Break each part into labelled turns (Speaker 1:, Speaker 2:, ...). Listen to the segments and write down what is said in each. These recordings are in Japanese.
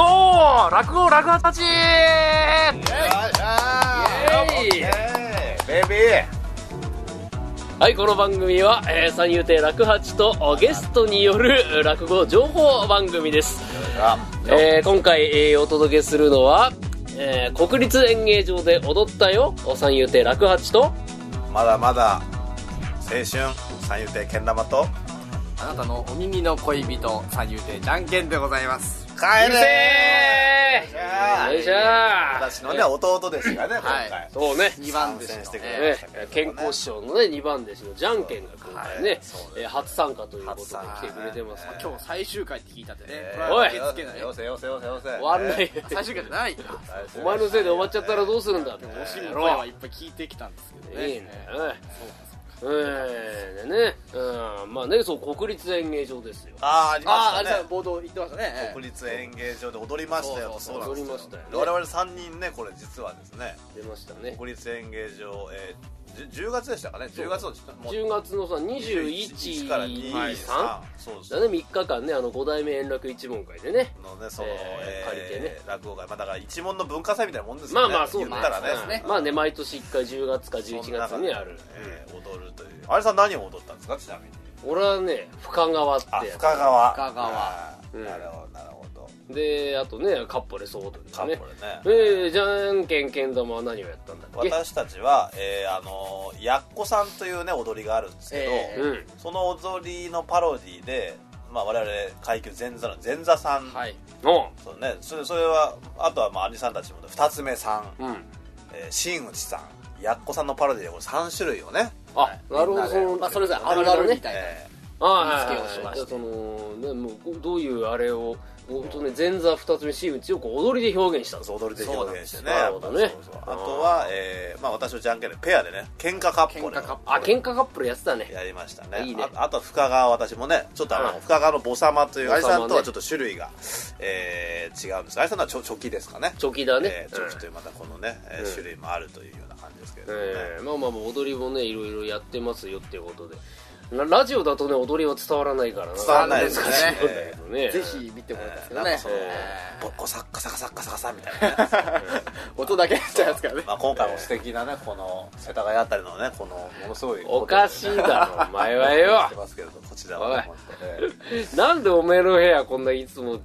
Speaker 1: の落語落語たち
Speaker 2: イエーイベイビー
Speaker 3: はい、この番組は、えー、三遊亭楽八とおゲストによる落語情報番組です。えー、今回、えー、お届けするのは、えー、国立演芸場で踊ったよ、三遊亭楽八と、
Speaker 2: まだまだ青春三遊亭けん玉と
Speaker 1: あなたのお耳の恋人三遊亭じゃんけんでございます
Speaker 2: 帰
Speaker 3: え
Speaker 2: じ
Speaker 3: ー
Speaker 2: ゃあ
Speaker 3: よいしょー
Speaker 2: 私のね弟ですがね今
Speaker 1: はい
Speaker 2: 回
Speaker 3: そうね。
Speaker 1: 2番です
Speaker 2: 参戦してくれ
Speaker 3: えー、健康師匠のね、2番弟子のじゃんけんが今回ね、えー初参加ということで来てくれてますから。
Speaker 1: 今日最終回って聞いたってね、
Speaker 2: え
Speaker 1: こ
Speaker 2: ー
Speaker 1: れは受
Speaker 2: よ
Speaker 1: け付けない
Speaker 2: よせよせよせよせ
Speaker 3: 終わんない。
Speaker 1: 最終回じゃない
Speaker 3: お前のせいで終わっちゃったらどうするんだって。
Speaker 1: 惜しみの声はいっぱい聞いてきたんですけどね
Speaker 3: いいね。えー、でね、うん、まあね、そう、国立演芸場ですよ。
Speaker 2: あーあり
Speaker 1: あああ
Speaker 2: ま
Speaker 1: れ
Speaker 2: した
Speaker 1: さ
Speaker 2: ね
Speaker 1: 冒頭言ってましたね
Speaker 2: 国立演芸場で踊りましたよ
Speaker 1: そう
Speaker 2: そうなん
Speaker 3: 踊
Speaker 2: で
Speaker 3: り
Speaker 2: す
Speaker 3: ましたよ、
Speaker 2: 我
Speaker 3: ね。
Speaker 2: 々3人ねこれ実はですね
Speaker 3: 出ましたね。
Speaker 2: 国立演芸場、えー、じゅ10月でしたかね10月のもう
Speaker 3: 10月のさ、
Speaker 2: 1から
Speaker 3: 21、
Speaker 2: 2
Speaker 3: 3?
Speaker 2: 3そうです
Speaker 3: だね、3日間ね、あの、五代目円楽一門会でね。
Speaker 2: のねその、
Speaker 3: えー借りてね
Speaker 2: えー落語会まあだから一門の文化祭みたいなもんです
Speaker 3: ま
Speaker 2: よ
Speaker 3: あ
Speaker 2: ね
Speaker 3: まあ、そうね
Speaker 2: 言ったらね,、
Speaker 3: うんまあね、毎年1回10月か11月にある。
Speaker 2: えー踊るというあれさん何を踊ったんですかちなみに
Speaker 3: 俺はね、深川って
Speaker 2: あ
Speaker 3: や
Speaker 2: 深川
Speaker 1: 深川
Speaker 2: あー
Speaker 3: うん
Speaker 2: なるほどなるほど
Speaker 3: つ。で、あとね、カッポレソードと
Speaker 2: カ
Speaker 3: か
Speaker 2: ッ
Speaker 3: ね
Speaker 2: プ。ルね
Speaker 3: えー、じゃんけんけん玉は何をやったんだっけ
Speaker 2: 私たちは、えーあのーやっこさんというね踊りがあるんですけど、
Speaker 1: え
Speaker 3: うん。
Speaker 2: その踊りのパロディで、まあ、我々階級前座の前座さん、
Speaker 1: はい
Speaker 3: お
Speaker 2: そうね、それそれはあとはまあ兄さんたちも二つ目さん、
Speaker 3: うん。
Speaker 2: えー、新内さんやっこさんのパロディでこれ3種類をね、
Speaker 3: あ、なるほど、その、
Speaker 1: まあそれぞれ
Speaker 3: あ
Speaker 1: あ
Speaker 3: る
Speaker 1: る
Speaker 3: あ
Speaker 1: あ
Speaker 3: る
Speaker 1: る
Speaker 3: ね
Speaker 1: みたいな
Speaker 2: え
Speaker 3: はい
Speaker 1: 見つけをしまして
Speaker 3: そのねもうどういうあれを本当ね前座二つ目真打ちをこう踊りで表現したん
Speaker 2: ー
Speaker 3: です
Speaker 2: そう踊りで表現してね
Speaker 3: そうなんですよなるほどね
Speaker 2: やっぱそうそうあとは、えーまあ、私とじゃんけんでペアでね喧嘩カップ
Speaker 1: 喧嘩カッ
Speaker 2: ル
Speaker 1: プ
Speaker 3: あ喧嘩カップルやってたね
Speaker 2: やりましたね
Speaker 3: いいね
Speaker 2: ああとは深川私もねちょっとあの、
Speaker 3: はい
Speaker 2: 深川のボサマという
Speaker 3: ボ
Speaker 2: 兄
Speaker 3: サマね
Speaker 2: さんとはちょっと種類が、えー違うんです兄さんのはチョチョキですかね
Speaker 3: チョキだね
Speaker 2: えーチョキというまたこのね、えー
Speaker 3: うん
Speaker 2: 種類もあるというような感じですけれどもね、
Speaker 3: ええまあまあまあ踊りもねいろいろやってますよっていうことでララジオだとね踊りは伝わらないからな
Speaker 2: 伝わらないです
Speaker 3: 難
Speaker 2: ね
Speaker 3: しいんだけどね
Speaker 1: ぜひ見てもらいたいですけ
Speaker 2: な
Speaker 1: ど
Speaker 2: ん
Speaker 1: ね
Speaker 2: かそう
Speaker 1: え
Speaker 2: ボッコサッカサカサッカサカサみたいなね
Speaker 1: ー音だけになっちゃいますからね
Speaker 2: まあ今回も素敵なねこの世田谷あたりのねこのものすごい
Speaker 3: おかしいだろお前はよ
Speaker 2: してますけれどこちらはね
Speaker 3: おい
Speaker 2: 本当ね
Speaker 3: なんでおめえの部屋こんないつも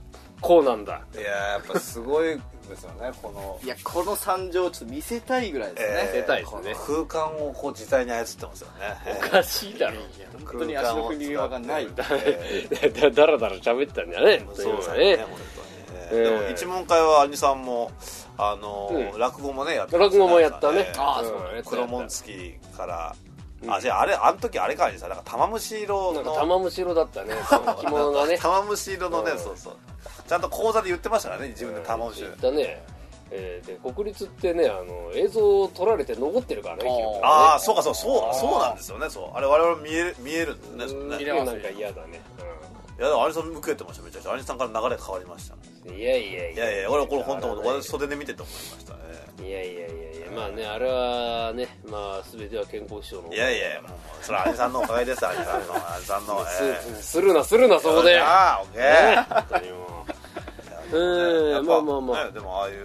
Speaker 3: こうなんだ
Speaker 2: いやーやっぱすごいですよねこの
Speaker 1: いやこの惨状をちょっと見せたいぐらいですね、
Speaker 3: ー出たいですね
Speaker 2: この空間をこう自在に操ってますよね
Speaker 3: おかしいだろ
Speaker 1: いや本当に足の踏み場がない
Speaker 2: 空間を使ってえ
Speaker 3: だだらだら喋ってたんだね
Speaker 2: ー
Speaker 3: とい
Speaker 2: そう
Speaker 3: の
Speaker 2: で
Speaker 3: が
Speaker 2: すよ
Speaker 3: ね
Speaker 2: ね本当にね
Speaker 3: えー
Speaker 2: でも一問会は兄さんもあのー
Speaker 3: う
Speaker 2: 落語もねやってま
Speaker 3: 落
Speaker 2: したね
Speaker 3: 語もやったね
Speaker 2: えー
Speaker 1: あーそうだね
Speaker 3: んやった
Speaker 2: 黒紋付きから、
Speaker 3: うん
Speaker 2: あじゃああれあの時あれかにさなんか玉虫色
Speaker 3: な
Speaker 2: の
Speaker 3: んか玉虫色だったねその着物がね
Speaker 2: 玉虫色のね、
Speaker 3: うん
Speaker 2: そうそうちゃんと講座で言ってましたからね自分で玉虫
Speaker 3: 言
Speaker 2: 色、
Speaker 3: ったね、えーで国立ってねあの映像を撮られて残ってるからね
Speaker 1: あー
Speaker 3: 記録がね
Speaker 2: ああそうかそうそうそうなんですよねそうあれ我々見える見えるんですねそれ
Speaker 3: うん
Speaker 2: ね
Speaker 3: 見
Speaker 2: い
Speaker 3: れ
Speaker 2: や
Speaker 3: ますよなんか嫌だね、
Speaker 2: でもアニさん向けてましためちゃくちゃアニさんから流れ変わりましたもん
Speaker 3: うんいやいやい
Speaker 2: いや
Speaker 3: や
Speaker 2: いや俺これ本当
Speaker 3: 変わらない
Speaker 2: 私袖で見てて思いましたね
Speaker 3: いやいやいやいやまあねあれはねまあ全ては健康師匠の
Speaker 2: いやいやもうそれアニさんのおかげですアニさんのアニさんのえ
Speaker 3: すするなするな
Speaker 2: ー
Speaker 3: そこで
Speaker 2: ああオッケー
Speaker 3: ね本当にも
Speaker 2: いや
Speaker 3: えー
Speaker 2: やっぱ
Speaker 3: まあまあまあ
Speaker 2: ねでもああいう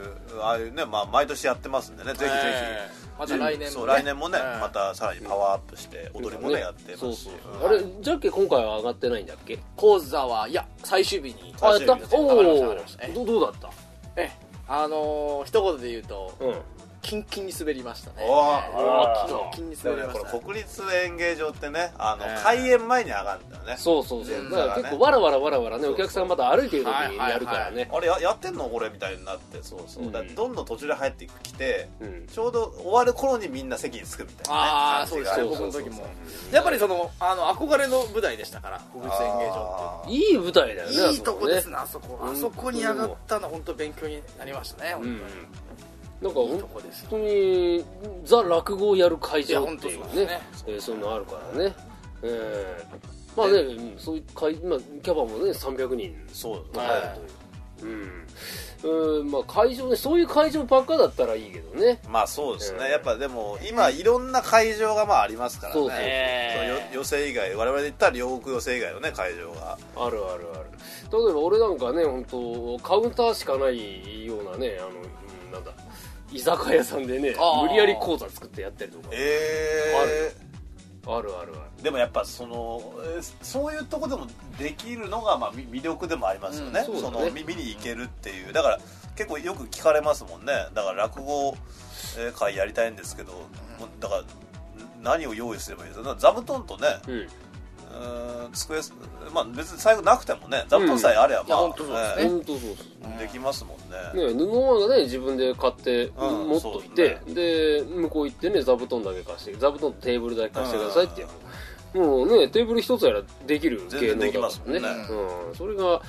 Speaker 2: ああいうねまあ毎年やってますんでねぜひぜひ
Speaker 1: えーまた来年も、ね、
Speaker 2: そう来年もね、
Speaker 1: うん
Speaker 2: またさらにパワーアップして踊り
Speaker 3: う
Speaker 2: もねやってます
Speaker 3: そう
Speaker 2: し
Speaker 3: そう
Speaker 2: う
Speaker 3: そ
Speaker 2: ん
Speaker 3: うあれじゃっけ今回は上がってないんだっけ
Speaker 1: 講座はいや最終日に
Speaker 3: あやっ
Speaker 2: 最終日です
Speaker 3: た
Speaker 2: ね
Speaker 3: お
Speaker 1: 上がりました上
Speaker 3: お
Speaker 1: がりましたええ
Speaker 3: どどうだった
Speaker 1: えあのー、一言で言うと、
Speaker 3: うん
Speaker 1: キンキンに滑りましたね
Speaker 2: おー
Speaker 1: えー
Speaker 3: あー
Speaker 1: キンキンに
Speaker 2: で
Speaker 1: 滑
Speaker 2: もね
Speaker 1: りまし
Speaker 2: こ
Speaker 1: た
Speaker 2: れ国立演芸場ってねあの、
Speaker 1: えー
Speaker 2: 開演前に上がるんだよね
Speaker 3: そうそうそう
Speaker 2: 全
Speaker 3: だ
Speaker 2: 座
Speaker 3: か
Speaker 2: がね
Speaker 3: ら結構わらわらわらわらね
Speaker 2: そうそう
Speaker 3: お客さんまだ歩いてる時にやるからね
Speaker 2: あれややってんのこれみたいになってそうそ
Speaker 3: う
Speaker 2: う、
Speaker 3: ん
Speaker 2: だからどんどん途中で入ってきて
Speaker 3: うん
Speaker 2: ちょうど終わる頃にみんな席に着くみたいな、ね、
Speaker 1: ああそうです
Speaker 2: 感
Speaker 1: ね
Speaker 2: じ
Speaker 1: 僕
Speaker 2: が
Speaker 3: そ
Speaker 1: の
Speaker 3: うそう
Speaker 1: 時
Speaker 3: そう
Speaker 1: もやっぱりそのあの憧れの舞台でしたから国立演芸場
Speaker 2: あー
Speaker 3: いい舞台だよ
Speaker 1: っ
Speaker 3: ね
Speaker 1: ていういい
Speaker 3: あ
Speaker 1: と
Speaker 3: そ
Speaker 1: こ
Speaker 3: ね
Speaker 1: ですねあそこあそこに上がったの本当勉強になりましたね本
Speaker 3: う
Speaker 1: 当
Speaker 3: ん
Speaker 1: に
Speaker 3: なんか
Speaker 1: いいとこ
Speaker 3: 本
Speaker 1: です
Speaker 3: 当にザ落語をやる会場って
Speaker 1: い
Speaker 3: い
Speaker 1: や本当そう
Speaker 3: う
Speaker 1: です
Speaker 3: ね
Speaker 1: ね
Speaker 3: えーそういうのあるからねえーまあねうんそういう会まあキャバもね300人
Speaker 2: そう、
Speaker 3: とか
Speaker 2: は
Speaker 3: あ
Speaker 2: い
Speaker 3: るといううんうんまあ会場ねそういう会場ばっかだったらいいけどね
Speaker 2: まあそうですね、
Speaker 3: うん
Speaker 2: やっぱでも今いろんな会場がまあありますからね
Speaker 3: そうそうそう
Speaker 2: そうよ予選以外我々で言ったら両国予選以外のね会場が
Speaker 3: あるあるある例えば俺なんかね本当カウンターしかないようなねあの、うんなんだ居酒屋さんでね
Speaker 1: あー
Speaker 3: 無理やり講座作ってやったりとか
Speaker 2: え
Speaker 3: あるあるある
Speaker 2: えでもやっぱそのえーそういうとこでもできるのがまあみ魅力でもありますよね,、
Speaker 3: うんそうだね
Speaker 2: そのみ見に行けるっていうだから結構よく聞かれますもんねだから落語えー会やりたいんですけど、もうだからん何を用意すればいいですかだから座布団とね、
Speaker 3: うん
Speaker 2: うーん机すまあ別に最後なくてもね座布団さえあれば、
Speaker 1: ん
Speaker 2: まあ
Speaker 1: いや本当そうですね
Speaker 3: 本当そうっす
Speaker 2: ええできますもん
Speaker 3: ね
Speaker 2: ね
Speaker 3: 布はね自分で買って
Speaker 2: うん
Speaker 3: 持っといて、
Speaker 2: そう
Speaker 3: で向こう行ってね座布団だけ貸して座布団とテーブルだけ貸してくださいってやるもうねテーブル一つやらできる芸能
Speaker 2: 全然でき
Speaker 3: だ
Speaker 2: ます
Speaker 3: か
Speaker 2: も
Speaker 3: ら
Speaker 2: んね
Speaker 3: ねうん、それが、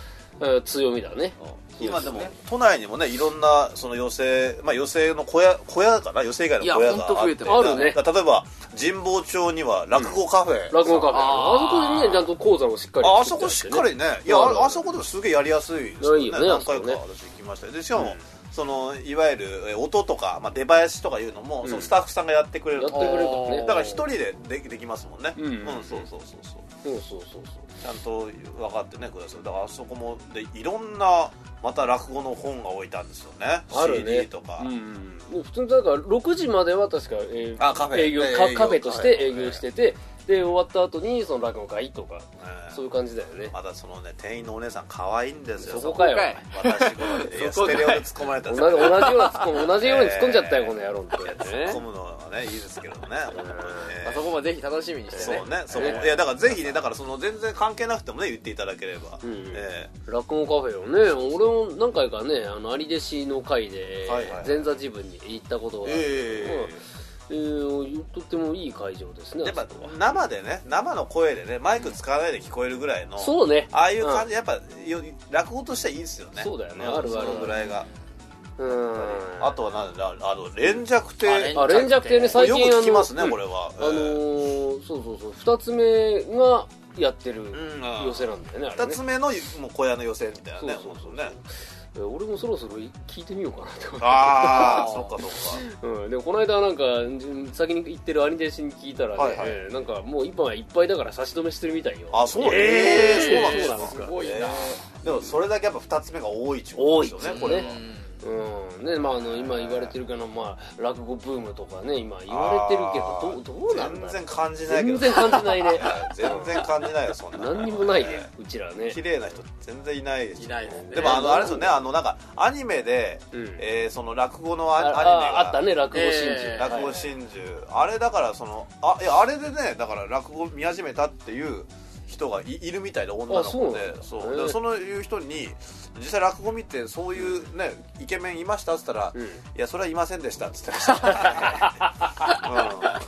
Speaker 3: えー強みだね
Speaker 2: う
Speaker 3: そ
Speaker 2: ん
Speaker 3: うですね
Speaker 2: 今でも都内にもねいろんなその寄席まあ寄席の小屋小屋かな寄席以外の小屋
Speaker 1: いや
Speaker 2: が
Speaker 1: ほんと
Speaker 2: あ
Speaker 1: 増
Speaker 2: っ
Speaker 1: え
Speaker 2: て
Speaker 1: て
Speaker 2: だ
Speaker 1: ま
Speaker 3: す
Speaker 2: から
Speaker 3: ね
Speaker 2: だから例えば神保町には落語カフェ、
Speaker 3: 落語カフェ
Speaker 1: あー
Speaker 3: あそこでみんなちゃんと講座もしっかり
Speaker 2: ああそ
Speaker 3: 作
Speaker 2: こ
Speaker 3: っ
Speaker 2: して
Speaker 3: や
Speaker 2: ってか
Speaker 3: ね
Speaker 2: りねいや
Speaker 3: うんうん
Speaker 2: ああそこでもすげえやりやすいですよ
Speaker 3: いい
Speaker 2: ね
Speaker 3: よね
Speaker 2: 何回か
Speaker 3: あそこ
Speaker 2: 私行きましたよでしかも、そのいわゆるえ音とか、まあ、出囃子とかいうのも、そのスタッフさんがやってくれる
Speaker 3: やってくれるからね
Speaker 2: だから一人でできできますもんね
Speaker 3: うん
Speaker 2: そうそ
Speaker 3: そ
Speaker 2: うそうそう
Speaker 3: うそうそうそう
Speaker 2: ちゃんと分かってねくださいだからあそこもでいろんなまた落語の本が置いたんですよね
Speaker 3: あるね
Speaker 2: CD とか、
Speaker 3: うんうん、普通にだから6時までは確か、えー
Speaker 2: あカフェ
Speaker 3: 営業
Speaker 2: ね
Speaker 3: カ
Speaker 2: 営業
Speaker 3: カフェとして
Speaker 2: カフェ
Speaker 3: 営業してて、で終わった後にその落語会とか、
Speaker 2: ええ
Speaker 3: そういう感じだよね
Speaker 2: またそのね店員のお姉さん可愛いんですよ
Speaker 3: そこかよ
Speaker 1: そこかい
Speaker 2: 私この い
Speaker 1: そ
Speaker 2: やス
Speaker 1: こか
Speaker 2: テ
Speaker 1: い
Speaker 2: レオで突っ込まれた
Speaker 3: 同
Speaker 2: ん
Speaker 3: じ
Speaker 2: ですよ
Speaker 3: 同じような突っ込む同じように突っ込んじゃったよ、
Speaker 2: えー
Speaker 3: この野郎みたいなやつ
Speaker 2: 突っ
Speaker 3: ね
Speaker 2: 込むのはねいいですけどね本当にね
Speaker 1: まあ、そこもぜひ楽しみにして
Speaker 2: そう
Speaker 1: ね
Speaker 2: ねそう
Speaker 3: ね
Speaker 2: いやだからぜひねだからその全然関係なくてもね言っていただければ、
Speaker 3: うん
Speaker 2: え
Speaker 3: 落語カフェをね俺も何回かねあの有弟子の会で
Speaker 2: はいはい
Speaker 3: 前座自分に行ったこと
Speaker 2: え
Speaker 3: がある
Speaker 2: え
Speaker 3: えーとってもいい会場ですね
Speaker 2: えやっぱ
Speaker 3: あそこは
Speaker 2: 生でね生の声でねマイク使わないで聞こえるぐらいの
Speaker 3: そうね
Speaker 2: ああいう感じ、やっぱよ落語としてはいいですよね
Speaker 3: そうだよね
Speaker 2: ん
Speaker 3: あるある
Speaker 2: そのぐらいが
Speaker 3: うんうん
Speaker 2: あとはなんだあの連着亭
Speaker 1: あ連
Speaker 2: よ
Speaker 3: あ連着亭ね最近
Speaker 2: く聞きますね
Speaker 3: あの
Speaker 2: これは
Speaker 3: あのーそうそうそう2つ目がやってる
Speaker 2: ん
Speaker 3: 寄せなんだよね、あれ
Speaker 2: 2
Speaker 3: ね
Speaker 2: つ目のもう小屋の予選みたいなね
Speaker 3: そうそうそう
Speaker 2: 本当ね
Speaker 3: え俺もそろそろい聞いてみようかなって思って
Speaker 2: ああ
Speaker 1: あー
Speaker 2: そっかそっか
Speaker 3: うん、でもこの間なんかん先に行ってる兄弟子に聞いたらね、
Speaker 2: はいはい
Speaker 3: えーなんかもう今はいっぱいだから差し止めしてるみたいよ
Speaker 2: あそう
Speaker 3: え
Speaker 2: え
Speaker 3: ー
Speaker 2: えそ
Speaker 3: そうな
Speaker 2: うなんですか
Speaker 3: んですか
Speaker 1: すごいな、
Speaker 2: えーでもそれだけやっぱ2つ目が多いってことですよね
Speaker 3: 多いっつう
Speaker 2: これは
Speaker 3: ねうんねまあ、あの今言われてるから、まあ、落語ブームとかね今言われてるけ
Speaker 2: あ
Speaker 3: ど
Speaker 2: ー
Speaker 3: どうどうなんだろ
Speaker 2: 全
Speaker 3: う
Speaker 2: 然感じないけど
Speaker 3: 全然感じないね
Speaker 2: 全然感じないよそんな
Speaker 3: 何にもないねうちらね
Speaker 2: 綺麗な人全然いないです
Speaker 1: いないですね
Speaker 2: でもあのあれですよねあのなんかアニメで、
Speaker 3: うん
Speaker 2: えーその落語の
Speaker 3: あ
Speaker 2: アアニメが
Speaker 3: ああったね落語真珠、
Speaker 1: え
Speaker 2: 落語真珠、あれだからそのあいやあれでねだから落語見始めたっていう人がいいるみたいで女の
Speaker 3: あそう
Speaker 2: 子
Speaker 3: なん
Speaker 2: で
Speaker 3: だ
Speaker 2: そう
Speaker 3: へえ
Speaker 2: でそのいう人に実際落語見てそういうねイケメンいましたっつったら、
Speaker 3: うん
Speaker 2: いやそれはいませんでしたっつってました、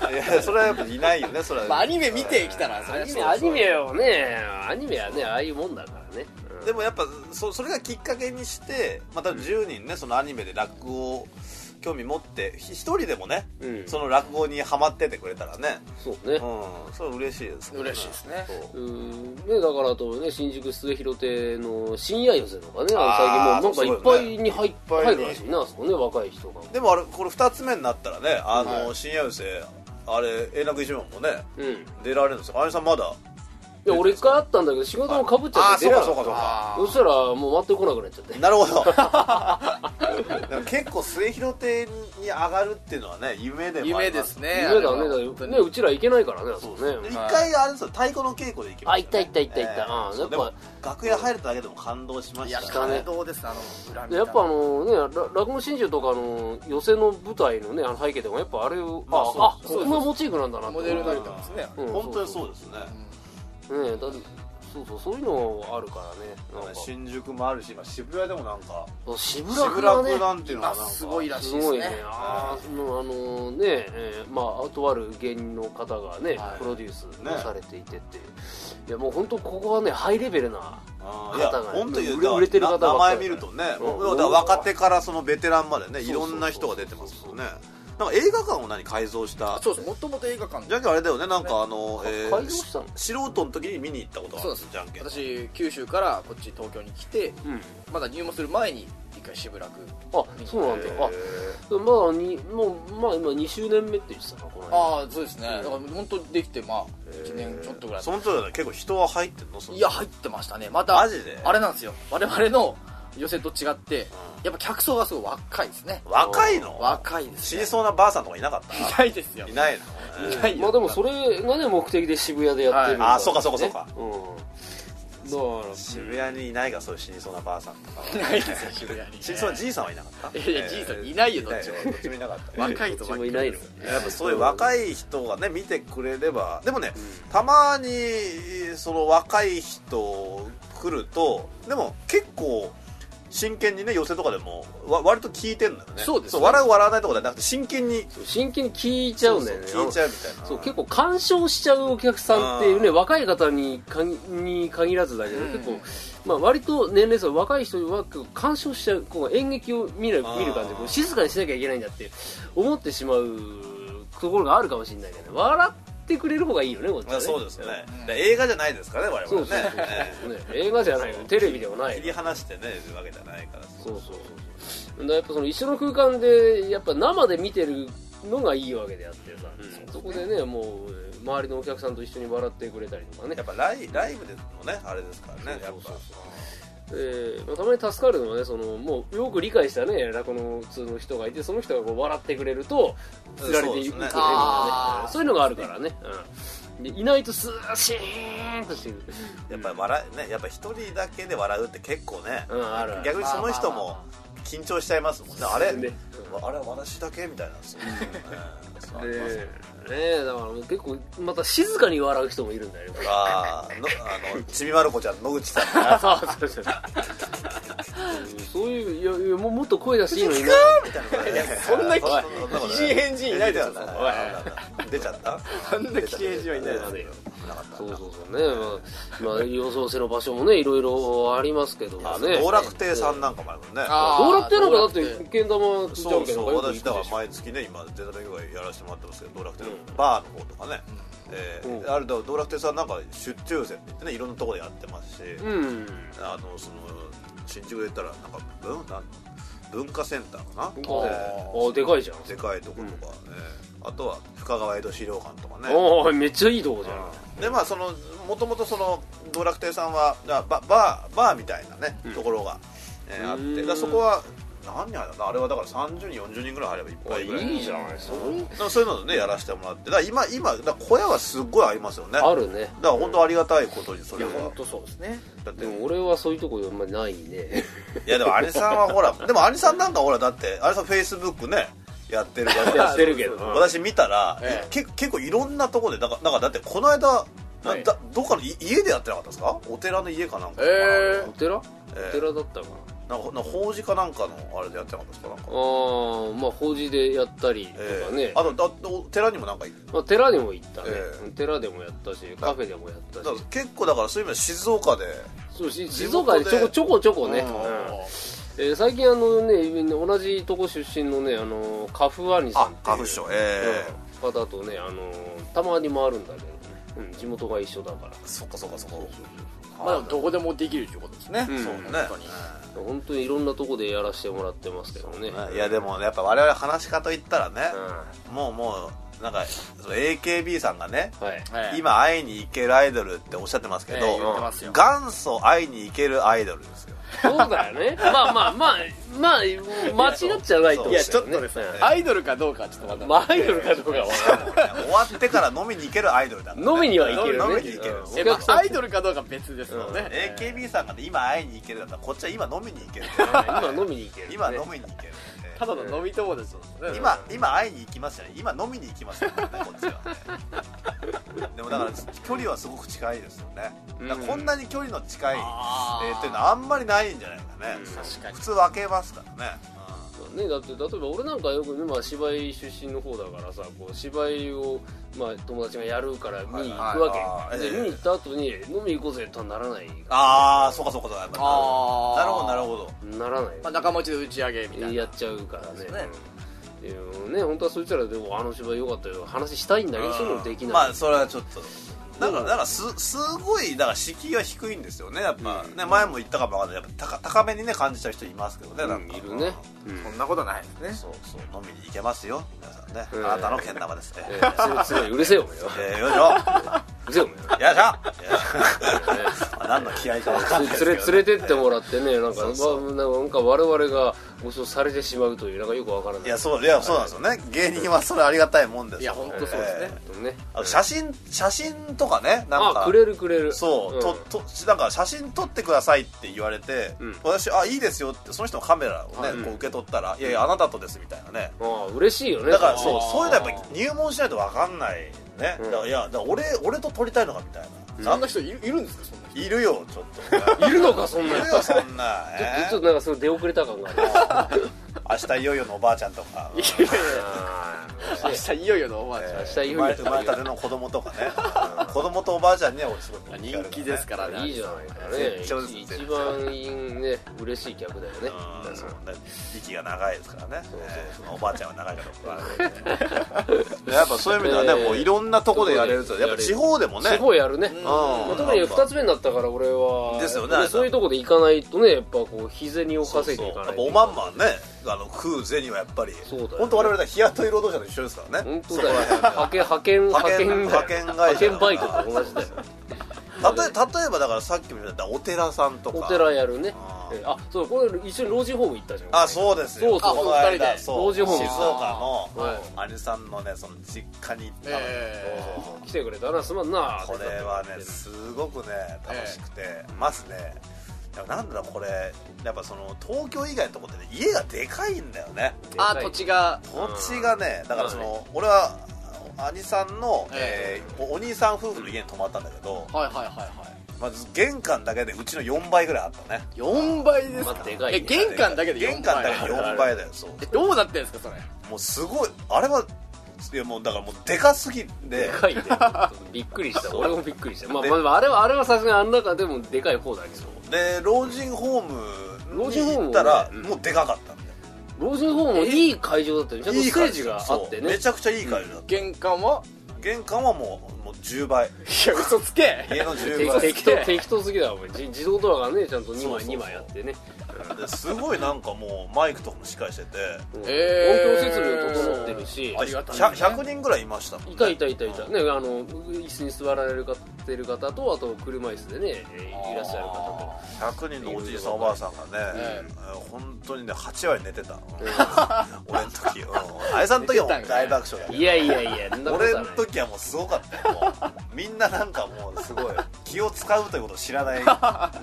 Speaker 2: うん、いやそれはやっぱいないよねそれは、
Speaker 1: まあ、アニメ見てきたらそ
Speaker 3: ア
Speaker 1: れ
Speaker 3: ニメアニメをねアニメはねああいうもんだからね、うん
Speaker 2: でもやっぱそそれがきっかけにしてまた10人ねそのアニメで落語を興味持ってひ一人でもね、
Speaker 3: うん
Speaker 2: その落語にはまっててくれたらね
Speaker 3: そうね、
Speaker 2: うんそれ嬉しいですね
Speaker 1: 嬉しいですね
Speaker 2: そう
Speaker 3: うーんね、だからあとね新宿末広亭の深夜寄せとかね
Speaker 2: あ
Speaker 3: あの最近もう
Speaker 2: ー
Speaker 3: なんかいっぱいに入,、
Speaker 2: そうよね
Speaker 3: 入るらしいなあそこね若い人が
Speaker 2: でもあれこれ2つ目になったらねあの、
Speaker 1: は
Speaker 2: 深夜寄せあれ円楽一門もね
Speaker 3: うんい
Speaker 2: 出られるんですよあやさんまだ
Speaker 3: や俺一回あったんだけど仕事もかぶっちゃ
Speaker 2: あ
Speaker 3: って
Speaker 2: そう
Speaker 3: 出ら
Speaker 2: か
Speaker 3: れ
Speaker 2: そ
Speaker 3: な
Speaker 2: う
Speaker 3: か
Speaker 2: か
Speaker 3: っ
Speaker 1: あ
Speaker 3: た
Speaker 2: そうか
Speaker 3: そしたらもう全く来なくなっちゃって
Speaker 2: なるほどでも結構末広亭に上がるっていうのはね夢でもあ
Speaker 1: 夢
Speaker 2: りま
Speaker 1: ですすね
Speaker 3: 夢だ
Speaker 1: あれ
Speaker 3: ね
Speaker 1: は
Speaker 3: だよ
Speaker 1: 本当に
Speaker 3: ねうちら行けないからねあそ
Speaker 2: そう
Speaker 3: こ
Speaker 2: そうで
Speaker 3: ね
Speaker 2: 一回あれですよ太鼓の稽古で行きました、ね、
Speaker 3: あ行った行った行った行ったうん
Speaker 2: そう
Speaker 3: やっぱ
Speaker 2: でも楽屋入れただけでも感動しま
Speaker 1: い
Speaker 2: し
Speaker 1: や
Speaker 2: た
Speaker 3: したね
Speaker 1: 感動ですあの裏見
Speaker 3: で
Speaker 1: た
Speaker 3: やっぱあのねら落語真珠とかの寄せの舞台のねあの背景でもやっぱあれを、
Speaker 2: まあ
Speaker 3: あ
Speaker 2: そう
Speaker 3: あ
Speaker 2: そう
Speaker 3: ここがモチーフなんだなって
Speaker 1: モデルになれてますね
Speaker 3: うん
Speaker 2: 本当にそうですね、
Speaker 3: ねだそうそうそういうのあるからね
Speaker 2: なん
Speaker 3: な
Speaker 2: か
Speaker 3: んか
Speaker 2: 新宿もあるし今渋谷でもなんか
Speaker 3: 渋
Speaker 2: 渋
Speaker 3: 楽がね
Speaker 2: 楽なんていうのが
Speaker 1: 今
Speaker 2: なんか
Speaker 1: すごいらしい
Speaker 3: す
Speaker 1: です
Speaker 3: ごい
Speaker 1: ね
Speaker 3: ねあーそのあのね、えーまあとある芸人の方がね、
Speaker 1: はい
Speaker 3: プロデュースをされていてっていう、いやもう本当ここはねハイレベルな
Speaker 2: あーいや
Speaker 3: 方がね
Speaker 2: 本当に
Speaker 3: 売れ売れてる方ばっかり
Speaker 2: 名前見るとね、
Speaker 3: うん
Speaker 2: もうだから若手からそのベテランまでね
Speaker 3: そう
Speaker 2: いろんな人が出てますもんねなんか映画館を何改造した
Speaker 1: そうですもともと映画館
Speaker 2: じゃんけんあれだよねなんかあの、えー
Speaker 3: 改造したの
Speaker 2: し素人の時に見に行ったことがあ
Speaker 1: そう
Speaker 2: る
Speaker 1: です
Speaker 2: じゃんけん
Speaker 1: 私九州からこっち東京に来て
Speaker 3: うん
Speaker 1: まだ入門する前に一回渋楽
Speaker 3: あそうなんだよあまあにもうまあ今2周年目って言ってたなこの間
Speaker 4: ああそうですねだから本当できてまあ1年ちょっとぐらい
Speaker 2: その時は結構人は入ってんのその
Speaker 4: いや入ってましたねまた
Speaker 2: マジで
Speaker 4: あれなんですよ我々の予選と違ってやっぱ客層がすごい若いですね
Speaker 2: 若いの
Speaker 4: 若いです
Speaker 2: 死
Speaker 4: ね
Speaker 2: にそうなばあさんとかいなかっ
Speaker 4: いないですよ
Speaker 2: たいないの
Speaker 4: い
Speaker 2: ね
Speaker 4: ないよ
Speaker 3: まあでもそれがね目的で渋谷でやってるんだ
Speaker 2: ああそうかそうかそうか
Speaker 3: うんだから
Speaker 2: 渋谷にいないがそういう死にそうなばあさんとか
Speaker 4: いないですよ渋谷に
Speaker 2: 死にそうなじいさんはいなかった
Speaker 4: いやいやじいさんいないよどっち
Speaker 2: い
Speaker 4: も
Speaker 2: ないどっちもいなかった
Speaker 4: 若い人ばっかりですよ
Speaker 2: やっぱそういう若い人がね見てくれればでもね、たまにその若い人来るとでも結構真剣にね寄せとかでもわ割と聞いてんだよね
Speaker 4: そうです
Speaker 2: 笑う笑わないとかじゃなくて真剣に
Speaker 3: そう真剣に聞いちゃうんだよね
Speaker 2: そうそう聞いちゃうみたいな
Speaker 3: そう結構干渉しちゃうお客さんっていうね
Speaker 2: うん
Speaker 3: 若い方にかぎに限らずだけど、
Speaker 4: うん
Speaker 3: 結構、まあ、割と年齢層若い人は結構干渉しちゃうこう演劇を見る
Speaker 2: あー
Speaker 3: 見る感じでこう静かにしなきゃいけないんだって思ってしまうところがあるかもしれないけどね笑ってくれる方がいいよねこっちは
Speaker 2: あ
Speaker 3: ね
Speaker 2: そうですね、で映画じゃないですからね我
Speaker 3: そ
Speaker 2: 々
Speaker 3: う
Speaker 2: ね
Speaker 3: そうそう
Speaker 2: ね
Speaker 3: ね 映画じゃないよねテレビではないよ
Speaker 2: 切り離してねいうわけじゃないから
Speaker 3: そうそうそうだやっぱその一緒の空間でやっぱ生で見てるのがいいわけであってさ、
Speaker 2: うん
Speaker 3: そこでねもうえー周りのお客さんと一緒に笑ってくれたりとかね
Speaker 2: やっぱライライブでのねあれですからねやっ
Speaker 3: そうそうそう
Speaker 2: ぱ
Speaker 3: えーまあ、たまに助かるのはねそのもうよく理解したね落語通の人がいてその人がこう笑ってくれるとつられていく
Speaker 2: そう
Speaker 3: くれる
Speaker 2: ですね
Speaker 3: とかねうんそういうのがあるからね、うん、でいないとスーシーンとしてくる
Speaker 2: やっぱ笑いねやっぱ一人だけで笑うって結構ね、
Speaker 3: うんあるある
Speaker 2: 逆にその人も緊張しちゃいますもんねあれ、
Speaker 3: ね
Speaker 2: あれ私だけみたいなんですよ、ね、そうありますよ
Speaker 3: ねえだからもう結構また静かに笑う人もいるん だよね
Speaker 2: あーのあのちびまる子ちゃん野口さんが
Speaker 3: あそうそうそうそういういやいやももっと声出していいのにな
Speaker 2: みたいな、
Speaker 1: そんなき
Speaker 2: こと
Speaker 1: 奇人変人いないですよ
Speaker 2: 出てた
Speaker 1: おい
Speaker 2: 出ちゃった
Speaker 1: あんな奇人変人はいないですよ
Speaker 3: そうそうそうねまあ、まあ、要請せの場所もねいろいろありますけども
Speaker 2: あの
Speaker 3: ね
Speaker 2: 道楽亭さんなんかもあるもんね
Speaker 4: あ
Speaker 3: 道楽亭なんかだっ
Speaker 4: 道楽
Speaker 3: てけん玉じゃ
Speaker 2: そ
Speaker 3: ん
Speaker 2: う
Speaker 3: けん
Speaker 2: そ
Speaker 3: とか
Speaker 2: う
Speaker 3: よく
Speaker 2: 私だか
Speaker 3: 行くで
Speaker 2: ら
Speaker 3: しょ
Speaker 2: 毎月ね今データ勉強会やらせてもらってますけど道楽亭のバーの方とかね、えー
Speaker 3: うん
Speaker 2: あれだ道楽亭さんなんか出張生って言ってねいろんなところでやってますし、
Speaker 3: うん
Speaker 2: あのその新宿で言ったらなんか文なん文化センターかな、
Speaker 3: あ
Speaker 2: え
Speaker 3: あでかいじゃん
Speaker 2: ーでかいとことか、えーあとは深川江戸資料館とかね
Speaker 3: ああめっちゃいいとこじゃん
Speaker 2: でまあそのもともとその道楽亭さんはだババーバーみたいなね、ところが、えーあっ
Speaker 3: うー
Speaker 2: て
Speaker 3: ん
Speaker 2: だそこは何人あれだなあれはだから30人40人ぐらい入ればいっぱいぐらい
Speaker 3: いいじゃないそれ
Speaker 2: だからそういうのでねやらせてもらってだから今今だから小屋はすっごいありますよね
Speaker 3: あるね
Speaker 2: だから本当ありがたいことにそ
Speaker 4: い
Speaker 2: れ
Speaker 4: や
Speaker 2: は
Speaker 4: 本当そうですね
Speaker 2: だって
Speaker 3: でも俺はそういうとこあんまりないね
Speaker 2: いやでも兄さんはほらでも兄さんなんかほらだって兄さんフェイスブックねやってるわけ
Speaker 3: やってるけど
Speaker 2: 私見たら、
Speaker 4: ええ
Speaker 2: け結構いろんなところでだからなんかだってこの間な
Speaker 4: はい
Speaker 2: だどっかのい家でやってなかったですかお寺の家かなんかかな、
Speaker 4: え
Speaker 3: お寺お
Speaker 2: え
Speaker 3: 寺だったかな
Speaker 2: なんかなんか法事かなんかのあれでやってなかったですかなんか、
Speaker 3: ああまあ法事でやったり
Speaker 2: え
Speaker 3: とか
Speaker 2: え
Speaker 3: ね
Speaker 2: あとだお寺にもなんかい
Speaker 3: まあ、寺にも行ったね、
Speaker 2: ええ
Speaker 3: 寺でもやったしカフェでもやった
Speaker 2: だ
Speaker 3: し
Speaker 2: から結構だからそういう意味では静岡で
Speaker 3: そうし
Speaker 2: 地
Speaker 3: 静
Speaker 2: 元
Speaker 3: 岡
Speaker 2: で
Speaker 3: でちょこちょこちょこね、
Speaker 2: うん
Speaker 3: うんえー最近あのね同じとこ出身のねあのカフアニさん
Speaker 2: あ
Speaker 3: っていう
Speaker 2: 花粉症ええ
Speaker 3: うん方とねあのたまに回るんだけど、うん、地元が一緒だから
Speaker 2: そっかそっかそっか
Speaker 4: まあでもどこでもできるってことですね
Speaker 3: うん
Speaker 2: そうね
Speaker 4: 本当に
Speaker 3: 本当にいろんなとこでやらせてもらってますけどね
Speaker 2: いやでもねやっぱ我々話し方言ったらね、
Speaker 3: う
Speaker 2: もうもうなんかその AKB さんがね、
Speaker 3: んはい
Speaker 4: ええ
Speaker 2: 今会いに行けるアイドルっておっしゃってますけど、
Speaker 4: ええ言ってますよ
Speaker 2: 元祖会いに行けるアイドルですよ
Speaker 3: そうだよねまあまあまあまあ間違っちゃないと思うけどね
Speaker 2: いやちょっ
Speaker 1: とですね
Speaker 3: うん
Speaker 4: アイドルかどうかはちょっとまだ
Speaker 3: まあアイドルかどうかは分かんない
Speaker 2: 終わってから飲みに行けるアイドルだから、
Speaker 3: 飲みには行けるね
Speaker 2: 飲みに行ける
Speaker 3: うん
Speaker 4: えまあアイドルかどうかは別ですもんね
Speaker 2: AKB さんがね今会いに行けるだったらこっちは今飲みに行ける
Speaker 3: 今飲みに行ける、ね、
Speaker 2: 今飲みに行ける、え
Speaker 4: ただの飲み友達ですね
Speaker 2: 今今会いに行きますよね今飲みに行きますよねこっちはねでもだから距離はすごく近いですよねだからこんなに距離の近い、
Speaker 4: あー
Speaker 2: えーっていうのはあんまりないんじゃないかね、
Speaker 4: 確かに
Speaker 2: 普通分けますからね、
Speaker 3: ね、だって例えば俺なんかよくね、まあ、芝居出身の方だからさこう芝居を、まあ、友達がやるから見に行くわけ、
Speaker 2: はいはいはい
Speaker 3: で見に行った後に飲み行こうぜとはならない
Speaker 2: ああそうかそうかそうか
Speaker 4: あー
Speaker 2: なるほどなるほど
Speaker 3: ならない、
Speaker 4: まあ仲間内で打ち上げみたいな
Speaker 3: やっちゃうからね
Speaker 4: そうですね
Speaker 3: うんでもね本当はそいつらでもあの芝居良かったよ話したいんだけどそういうのもできない、
Speaker 2: まあそれはちょっとなんかだからすすごいだから敷居が低いんですよねやっぱ、ね前も言ったかもわかんないやっぱ高高めにね感じちゃう人いますけどねなんか
Speaker 3: いるね
Speaker 2: うん
Speaker 1: そんなことないですね
Speaker 2: そうそう飲みに行けますよ皆さんね、
Speaker 3: うん
Speaker 2: あなたのけん玉ですね、
Speaker 3: えー強い強いうるせえよお前よ
Speaker 2: えーよいしょ
Speaker 3: うるせえよお前よ
Speaker 2: よいしょ、よいしょまあ何の気合いかわかんないです
Speaker 3: 連れ
Speaker 2: け
Speaker 3: 連
Speaker 2: ど
Speaker 3: れてってもらってねなんか
Speaker 2: そうそう
Speaker 3: わなんか我々がご馳走されてしまうというなんかよくわからない
Speaker 2: いやそういやそうなんですよね芸人はそれありがたいもんです
Speaker 4: いや本当そうですね、
Speaker 3: 本当にね
Speaker 2: あの写真写真とかねなん
Speaker 3: あ
Speaker 2: か
Speaker 3: くれるくれる
Speaker 2: そう、
Speaker 3: ん
Speaker 2: ととなんか写真撮ってくださいって言われて、
Speaker 3: うん
Speaker 2: 私あいいですよってその人のカメラをね、こう受け取ったら、いやいやあなたとですみたいなね
Speaker 3: ああ嬉しいよね
Speaker 2: だから
Speaker 3: そ
Speaker 2: そ
Speaker 3: の
Speaker 2: うそういうのはやっぱ入門しないと分かんないね、
Speaker 3: うん
Speaker 2: だからいやだから俺俺と撮りたいのかみたいな、
Speaker 4: そんな人いるいるんですかそんな人
Speaker 2: いるよちょっと
Speaker 3: いるのかそん
Speaker 2: い
Speaker 3: な
Speaker 2: る
Speaker 3: やつ
Speaker 2: よそんな、え
Speaker 3: ちょっとなんかすごい出遅れた感がある
Speaker 2: 明日いよいよのおばあちゃんとか
Speaker 4: いやいやいや
Speaker 3: あ
Speaker 4: 明日 いよいよのおばあちゃん、
Speaker 2: えー
Speaker 3: 明日いよいよ
Speaker 2: 生まれ生まれたての子供とかね、うん子供とおばあちゃんには俺すごい
Speaker 4: 人気です
Speaker 2: か
Speaker 4: から
Speaker 3: あ
Speaker 4: ね
Speaker 3: いいじゃないかね
Speaker 2: 絶頂です
Speaker 3: 一
Speaker 2: 絶頂
Speaker 3: 一番いいね嬉しい客だよ ね
Speaker 2: うんそうね息が長いですからねえーそのおばあちゃんは長いからやっぱそういう意味ではね、
Speaker 3: えー
Speaker 2: もういろんなとこでやれるとやっぱ地方でもね
Speaker 3: 地方やるね
Speaker 2: うん
Speaker 3: まあ特に2つ目になったから俺は
Speaker 2: ですよね
Speaker 3: やっぱそういうとこで行かないとねやっぱこう日銭を稼いでいか
Speaker 2: や
Speaker 3: な
Speaker 2: っ
Speaker 3: いと
Speaker 2: ぱおまんまんねあの食う銭はやっぱり
Speaker 3: そうだよね
Speaker 2: 本当我々は日雇い労働者と一緒ですからね
Speaker 3: 本当だよ派遣派遣派
Speaker 2: 派遣
Speaker 3: 遣
Speaker 2: 派遣会社
Speaker 3: 派遣バイトと同じだよ
Speaker 2: たとえ例えばだからさっきも言ったお寺さんとか
Speaker 3: お寺やるね
Speaker 2: あー
Speaker 3: えあそうこれ一緒に老人ホーム行ったじゃん
Speaker 2: あそうですよ
Speaker 3: そうそう
Speaker 2: この間
Speaker 4: 二人で
Speaker 2: そう
Speaker 3: 老
Speaker 2: 静
Speaker 3: 人ホーム
Speaker 2: 岡の
Speaker 3: はい
Speaker 2: 兄さんのねその実家に行ったのよ
Speaker 4: え
Speaker 2: そうそうそう
Speaker 3: 来てくれたなすまんな
Speaker 2: これはねすごくね楽しくて、まずねでもなんだろうこれやっぱその東京以外のとこってね家がでかいんだよね
Speaker 4: ーあ土地が
Speaker 2: 土地がねだからその、俺は兄さんの、え
Speaker 4: え
Speaker 2: ーおお兄さん夫婦の家に泊まったんだけど、
Speaker 4: はいはいはいはい
Speaker 2: まず玄関だけでうちの4倍ぐらいあったね
Speaker 4: 4倍ですか、
Speaker 3: まあでかいね
Speaker 4: え玄関だけで4倍
Speaker 2: 玄関だけで4倍だよそう
Speaker 4: えどうなってんですかそれ
Speaker 2: もうすごいあれはいやもうだからもうでかすぎて
Speaker 3: でかいねびっくりした俺もびっくりしたまあまあまああれはあれはさすがにあん中でもでかい方だけど
Speaker 2: で老人ホーム
Speaker 3: 老
Speaker 2: に
Speaker 3: 人ホーム
Speaker 2: 行った
Speaker 3: ね
Speaker 2: ら、
Speaker 3: うん
Speaker 2: もうでかかったんだよ
Speaker 3: 老人ホームもいい会場だったよちゃんとステージがあって
Speaker 2: そうめ
Speaker 3: ね
Speaker 2: ちゃくちゃいい会場だっ
Speaker 4: 玄関は
Speaker 2: た玄関はもうもう10倍
Speaker 4: いや嘘つけ
Speaker 2: 家の10
Speaker 3: 適
Speaker 2: 倍
Speaker 3: 適当適当すぎだわお前じ自動ドアがねちゃんと2
Speaker 2: そうそう
Speaker 3: 枚
Speaker 2: そう
Speaker 3: 2枚あってね
Speaker 2: ですごいなんかもうマイクとかもしっかりしてて
Speaker 3: うん音
Speaker 4: えー
Speaker 3: 響設備も整ってるし
Speaker 4: ありがたい
Speaker 2: ひゃ100人ぐらいいましたもんね
Speaker 3: いたいたいたいたねあの椅子に座られるてる方とあと車椅子でねえーいらっしゃる方
Speaker 2: 100人のおじいさんおばあさんがね、
Speaker 4: え
Speaker 2: えー本当にね8割寝てた、俺の時うんあいさんの時はもう大爆笑だ
Speaker 3: と
Speaker 2: け
Speaker 3: いやいやいやそんな
Speaker 2: ど
Speaker 3: ことは
Speaker 2: 俺
Speaker 3: ない
Speaker 2: の時はもうすごかったよもうみんななんかもうすごい気を使うということを知らない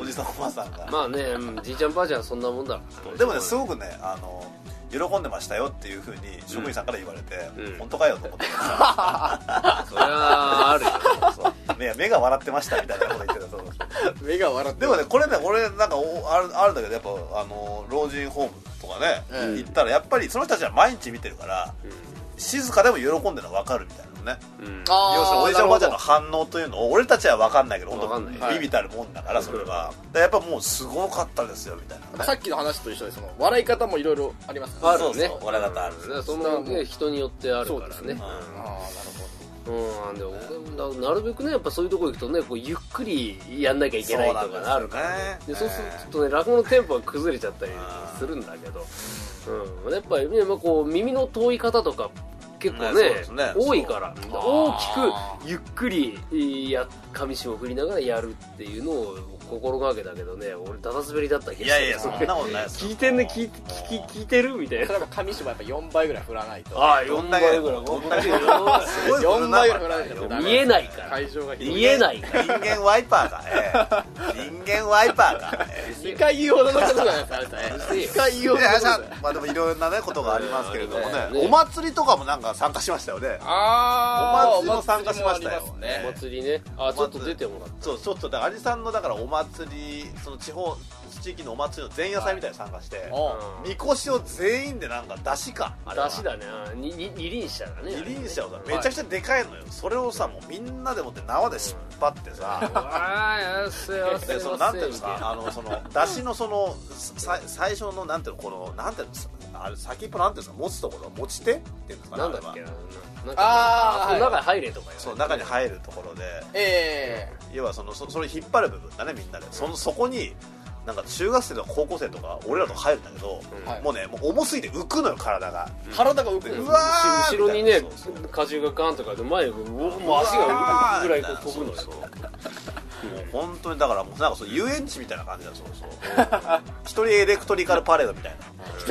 Speaker 2: おじさんおばあさんが
Speaker 3: まあね、うんじいちゃんばあちゃんはそんなもんだから
Speaker 2: でもねすごくねあの喜んでましたよっていうふうに職員さんから言われて、
Speaker 3: うん
Speaker 2: 本当かよと思って
Speaker 3: そりゃああるよ
Speaker 2: そう目目が笑ってましたみたいなこと言ってたそう
Speaker 4: 目が笑って
Speaker 2: でもねこれね俺なんかおあるあるんだけどやっぱあの老人ホームとかね、
Speaker 4: ええ
Speaker 2: 行ったらやっぱりその人たちは毎日見てるから、静かでも喜んでるの分かるみたいなのね
Speaker 3: うん
Speaker 4: あー
Speaker 2: 要するにおじいちゃんおばあちゃんの
Speaker 4: なる
Speaker 2: 反応というのを俺たちは分かんないけど
Speaker 3: 分かんない
Speaker 2: 本当ビビたるもんだからそれは、でやっぱもうすごかったですよみたい
Speaker 4: ほ
Speaker 2: な
Speaker 4: ど
Speaker 2: ね
Speaker 4: さっきの話と一緒でその笑い方もいろいろありますから
Speaker 3: あるね
Speaker 2: そうそう俺方ある
Speaker 3: うんそんなね人によってあるから
Speaker 4: そうで
Speaker 3: ね
Speaker 4: すねああなる
Speaker 3: うんでも僕ななるべくねやっぱそういうとこ行くとねこうゆっくりやんなきゃいけないとかがあるからね
Speaker 2: そうなんですよね
Speaker 3: でそうするとね落語のテンポが崩れちゃったりするんだけど、うん、やっぱりね、まあ、こう耳の遠い方とか結構
Speaker 2: ねそう
Speaker 3: ね
Speaker 2: ですね
Speaker 3: 多いから大き
Speaker 4: あ
Speaker 3: くゆっくりえーや上下を振りながらやるっていうのを心がけたけどね俺ダダ滑りだったけど
Speaker 2: いやいやそんなことないですよ
Speaker 3: 聞いてんね聞いて聞き聞いてるみたい
Speaker 4: ほど
Speaker 3: な
Speaker 4: 例えば紙芝居やっぱ4倍ぐらい振らないと
Speaker 3: ああ
Speaker 2: ど
Speaker 3: 4
Speaker 2: んだ
Speaker 3: 倍
Speaker 2: け
Speaker 3: ぐらい
Speaker 2: どんだけすごい
Speaker 4: 4倍ぐらい振らない と
Speaker 3: 見えないから
Speaker 4: 会場が広い
Speaker 3: 見えないから
Speaker 2: 人間ワイパーか、ええ人間ワイパーか、ええ
Speaker 4: 2回言うほどのことじゃないですかあれ
Speaker 3: う
Speaker 4: さ
Speaker 3: るせえよ
Speaker 4: 2回言うほ
Speaker 2: い
Speaker 4: どの
Speaker 2: や
Speaker 4: こ
Speaker 2: い
Speaker 4: とじゃ
Speaker 2: や
Speaker 4: ない
Speaker 2: まあでもいろんなねことがありますけれどもね
Speaker 3: ね
Speaker 2: お祭りとかもなんか参加しましたよね
Speaker 4: あー
Speaker 2: お祭りも参加しました
Speaker 3: お
Speaker 2: よ
Speaker 4: お祭りもありますね
Speaker 3: 祭りねあちょっと出てもらった
Speaker 2: そうちょっとだから兄さんのだからお祭りその地方地域のお祭りの前夜祭みたいに参加して、
Speaker 3: あ
Speaker 2: みこしを全員でなんか出しかあれは
Speaker 3: 出しだねにに二輪車だね
Speaker 2: 二輪車をさめちゃくちゃでかいのよそれをさもうみんなでもって縄で引っ張ってさ
Speaker 4: あーよっせよっせ
Speaker 2: で
Speaker 4: よ
Speaker 2: その
Speaker 4: っ
Speaker 2: なんてい
Speaker 4: せ
Speaker 2: うのさあのその出汁のそのさ最初のなんていうのこのなんていうのさあれ先っぽなんていうんですか持つところ持ち手っていうのか
Speaker 3: な
Speaker 2: な
Speaker 3: んだっ
Speaker 2: あ
Speaker 3: け
Speaker 2: れは
Speaker 3: ななん
Speaker 4: あー
Speaker 3: この中に入れとかよ
Speaker 2: そう中に入るところで
Speaker 4: え
Speaker 2: 要はそのそそれ引っ張る部分だねみんなでそのそこになんか中学生とか高校生とか俺らとか入るんだけど、
Speaker 4: はい
Speaker 2: もうねもう重すぎて浮くのよ体が
Speaker 4: え体が浮く
Speaker 2: で
Speaker 4: んです
Speaker 2: うわー
Speaker 3: 後ろにね
Speaker 2: みたいなそうそう
Speaker 3: 荷重がガンとかで前がうわもう足が浮くぐらいこう飛ぶのよ
Speaker 2: そうそうもう本当にだからもうなんかそう遊園地みたいな感じだそうそう 一人エレクトリカルパレードみたいな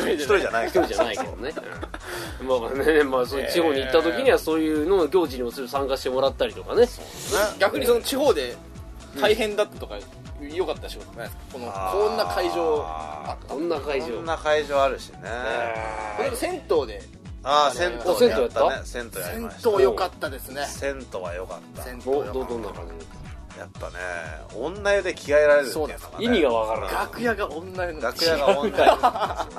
Speaker 2: 一人じゃない
Speaker 3: 一人じゃないけどねうんまあまあねまあそういう地方に行った時にはそういうのを行事にもする参加してもらったりとかね
Speaker 2: ね
Speaker 4: 逆にその地方で大変だったとか良かった仕事ないですかこの
Speaker 2: あー
Speaker 4: こんな会場あった
Speaker 3: こんな会場
Speaker 2: こんな会場あるしね
Speaker 4: これでも銭湯で
Speaker 2: ああ
Speaker 4: あれ
Speaker 2: 銭湯
Speaker 4: お
Speaker 3: 銭湯
Speaker 2: や
Speaker 3: や
Speaker 2: っ
Speaker 3: ったた
Speaker 2: ね銭湯やり
Speaker 4: 銭
Speaker 2: ました
Speaker 4: 湯良かったですね
Speaker 2: 銭湯は良かった
Speaker 4: 銭湯
Speaker 3: お
Speaker 4: 良
Speaker 3: ど
Speaker 4: か
Speaker 3: ど
Speaker 4: っ
Speaker 3: んな感じ
Speaker 2: やっぱね女湯で着替えられるっていうのがね
Speaker 3: 意味がわから
Speaker 4: た
Speaker 3: な
Speaker 4: 楽屋が女の
Speaker 2: 楽屋が 女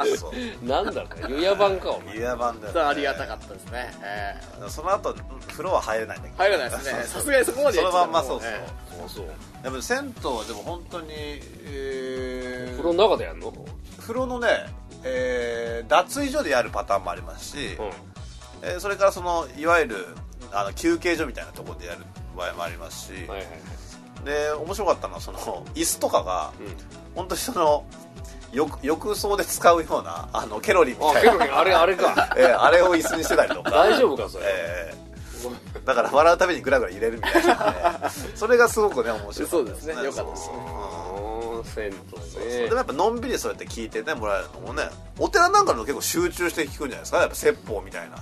Speaker 2: 湯 そう
Speaker 3: いなんだか湯屋版かお前
Speaker 2: リア版だよね
Speaker 4: ありがたかったですね、ええ
Speaker 2: その後風呂は入れないんだけど
Speaker 4: 入らないですねさすがにそこまで
Speaker 2: そ
Speaker 4: や
Speaker 2: の
Speaker 4: ってた
Speaker 2: ま
Speaker 4: ら
Speaker 2: んまそうそう
Speaker 4: もえ
Speaker 3: あそう
Speaker 2: やっぱ銭湯はでも本当に、えー
Speaker 3: 風呂の中でやんの
Speaker 2: 風呂のね、えー脱衣所でやるパターンもありますし、
Speaker 3: う
Speaker 2: えーそれからそのいわゆるあの休憩所みたいなところでやる場合もありますし、
Speaker 3: んはいはいはい
Speaker 2: で面白かったのはその椅子とかが
Speaker 3: うん
Speaker 2: 本当にその浴浴槽で使うようなあのケロリみ
Speaker 3: あ
Speaker 2: たい
Speaker 3: ケ
Speaker 2: な
Speaker 3: ロリンあれあれか
Speaker 2: えーあれを椅子にしてたりと か、
Speaker 3: 大丈夫かそれ
Speaker 2: えーだから笑うためにグラグラ入れるみたいな、 ね、それがすごくね面白かった
Speaker 4: そうですねよかったです
Speaker 2: そう
Speaker 3: あー銭湯
Speaker 2: で
Speaker 3: ね
Speaker 2: もやっぱのんびりそうやって聞いてねもらえるのもねお寺なんかの結構集中して聞くんじゃないですかやっぱ説法みたいな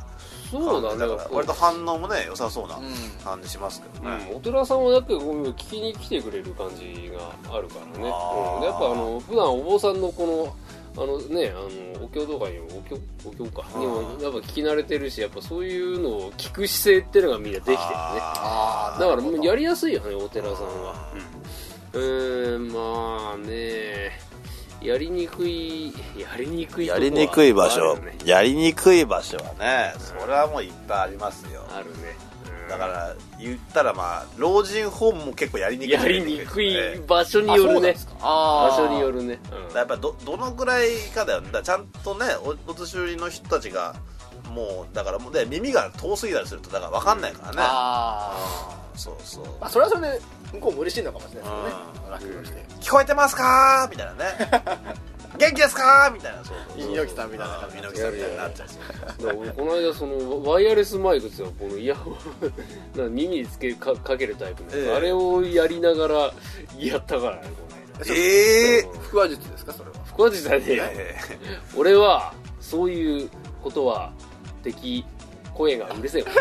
Speaker 3: そうだね
Speaker 2: 感じから割と反応もね良さそうな
Speaker 4: うん
Speaker 2: 感じしますけどね、
Speaker 3: うん、お寺さんはだってこう聞きに来てくれる感じがあるからね、うん、やっ
Speaker 2: あ
Speaker 3: ぱ
Speaker 2: ー
Speaker 3: あの普段お坊さんのこのあのねあのお経とかにもお経お経かにもやっぱ聞き慣れてるしやっぱそういうのを聞く姿勢っていうのがみんなできてるねだ
Speaker 2: あー
Speaker 3: からもうやりやすいよねお寺さんはうんうーんまあねやりにくいやりにくいとこは
Speaker 2: やりにくい場
Speaker 3: あ
Speaker 2: 所
Speaker 3: るね
Speaker 2: やりにくい場所はねそれはもういっぱいありますよ
Speaker 3: あるねうん
Speaker 2: だから言ったらまあ老人ホームも結構やりにくい
Speaker 3: やりにくい
Speaker 2: ええ
Speaker 3: 場所に
Speaker 4: あ
Speaker 3: よ
Speaker 4: そうな
Speaker 3: る
Speaker 4: んで
Speaker 3: ね
Speaker 4: すか
Speaker 3: 場
Speaker 4: あー
Speaker 3: 所によるね、うん
Speaker 2: やっぱどどのぐらいかだよねだからちゃんとねおお年寄りの人たちがもうだからもうで耳が遠すぎたりするとだから分かんないからね、
Speaker 4: あ
Speaker 2: そうそう
Speaker 4: ーまあそれはそれで向こうも嬉しいのかもしれないですけどね楽をして
Speaker 2: 聞こえてますかーみたいなね 元気ですかーみたいなそうそうそう
Speaker 4: 猪木さんみたいな
Speaker 2: あ
Speaker 4: 感
Speaker 2: ー
Speaker 4: じ
Speaker 2: 猪木さんみたいになっちゃうそ
Speaker 3: だ
Speaker 2: う
Speaker 3: から俺この間そのワワイヤレスマイクってさこのイヤホン なんか耳につけかかけるタイプのやつ、
Speaker 2: ええ
Speaker 3: あれをやりながらやったからねこの間
Speaker 2: ええ
Speaker 4: 腹話術ですかそれは
Speaker 3: 不幸じゃねえ
Speaker 2: い
Speaker 3: よ
Speaker 2: やいやいや
Speaker 3: 俺はそういうことはでき声がうるせえわ
Speaker 2: よ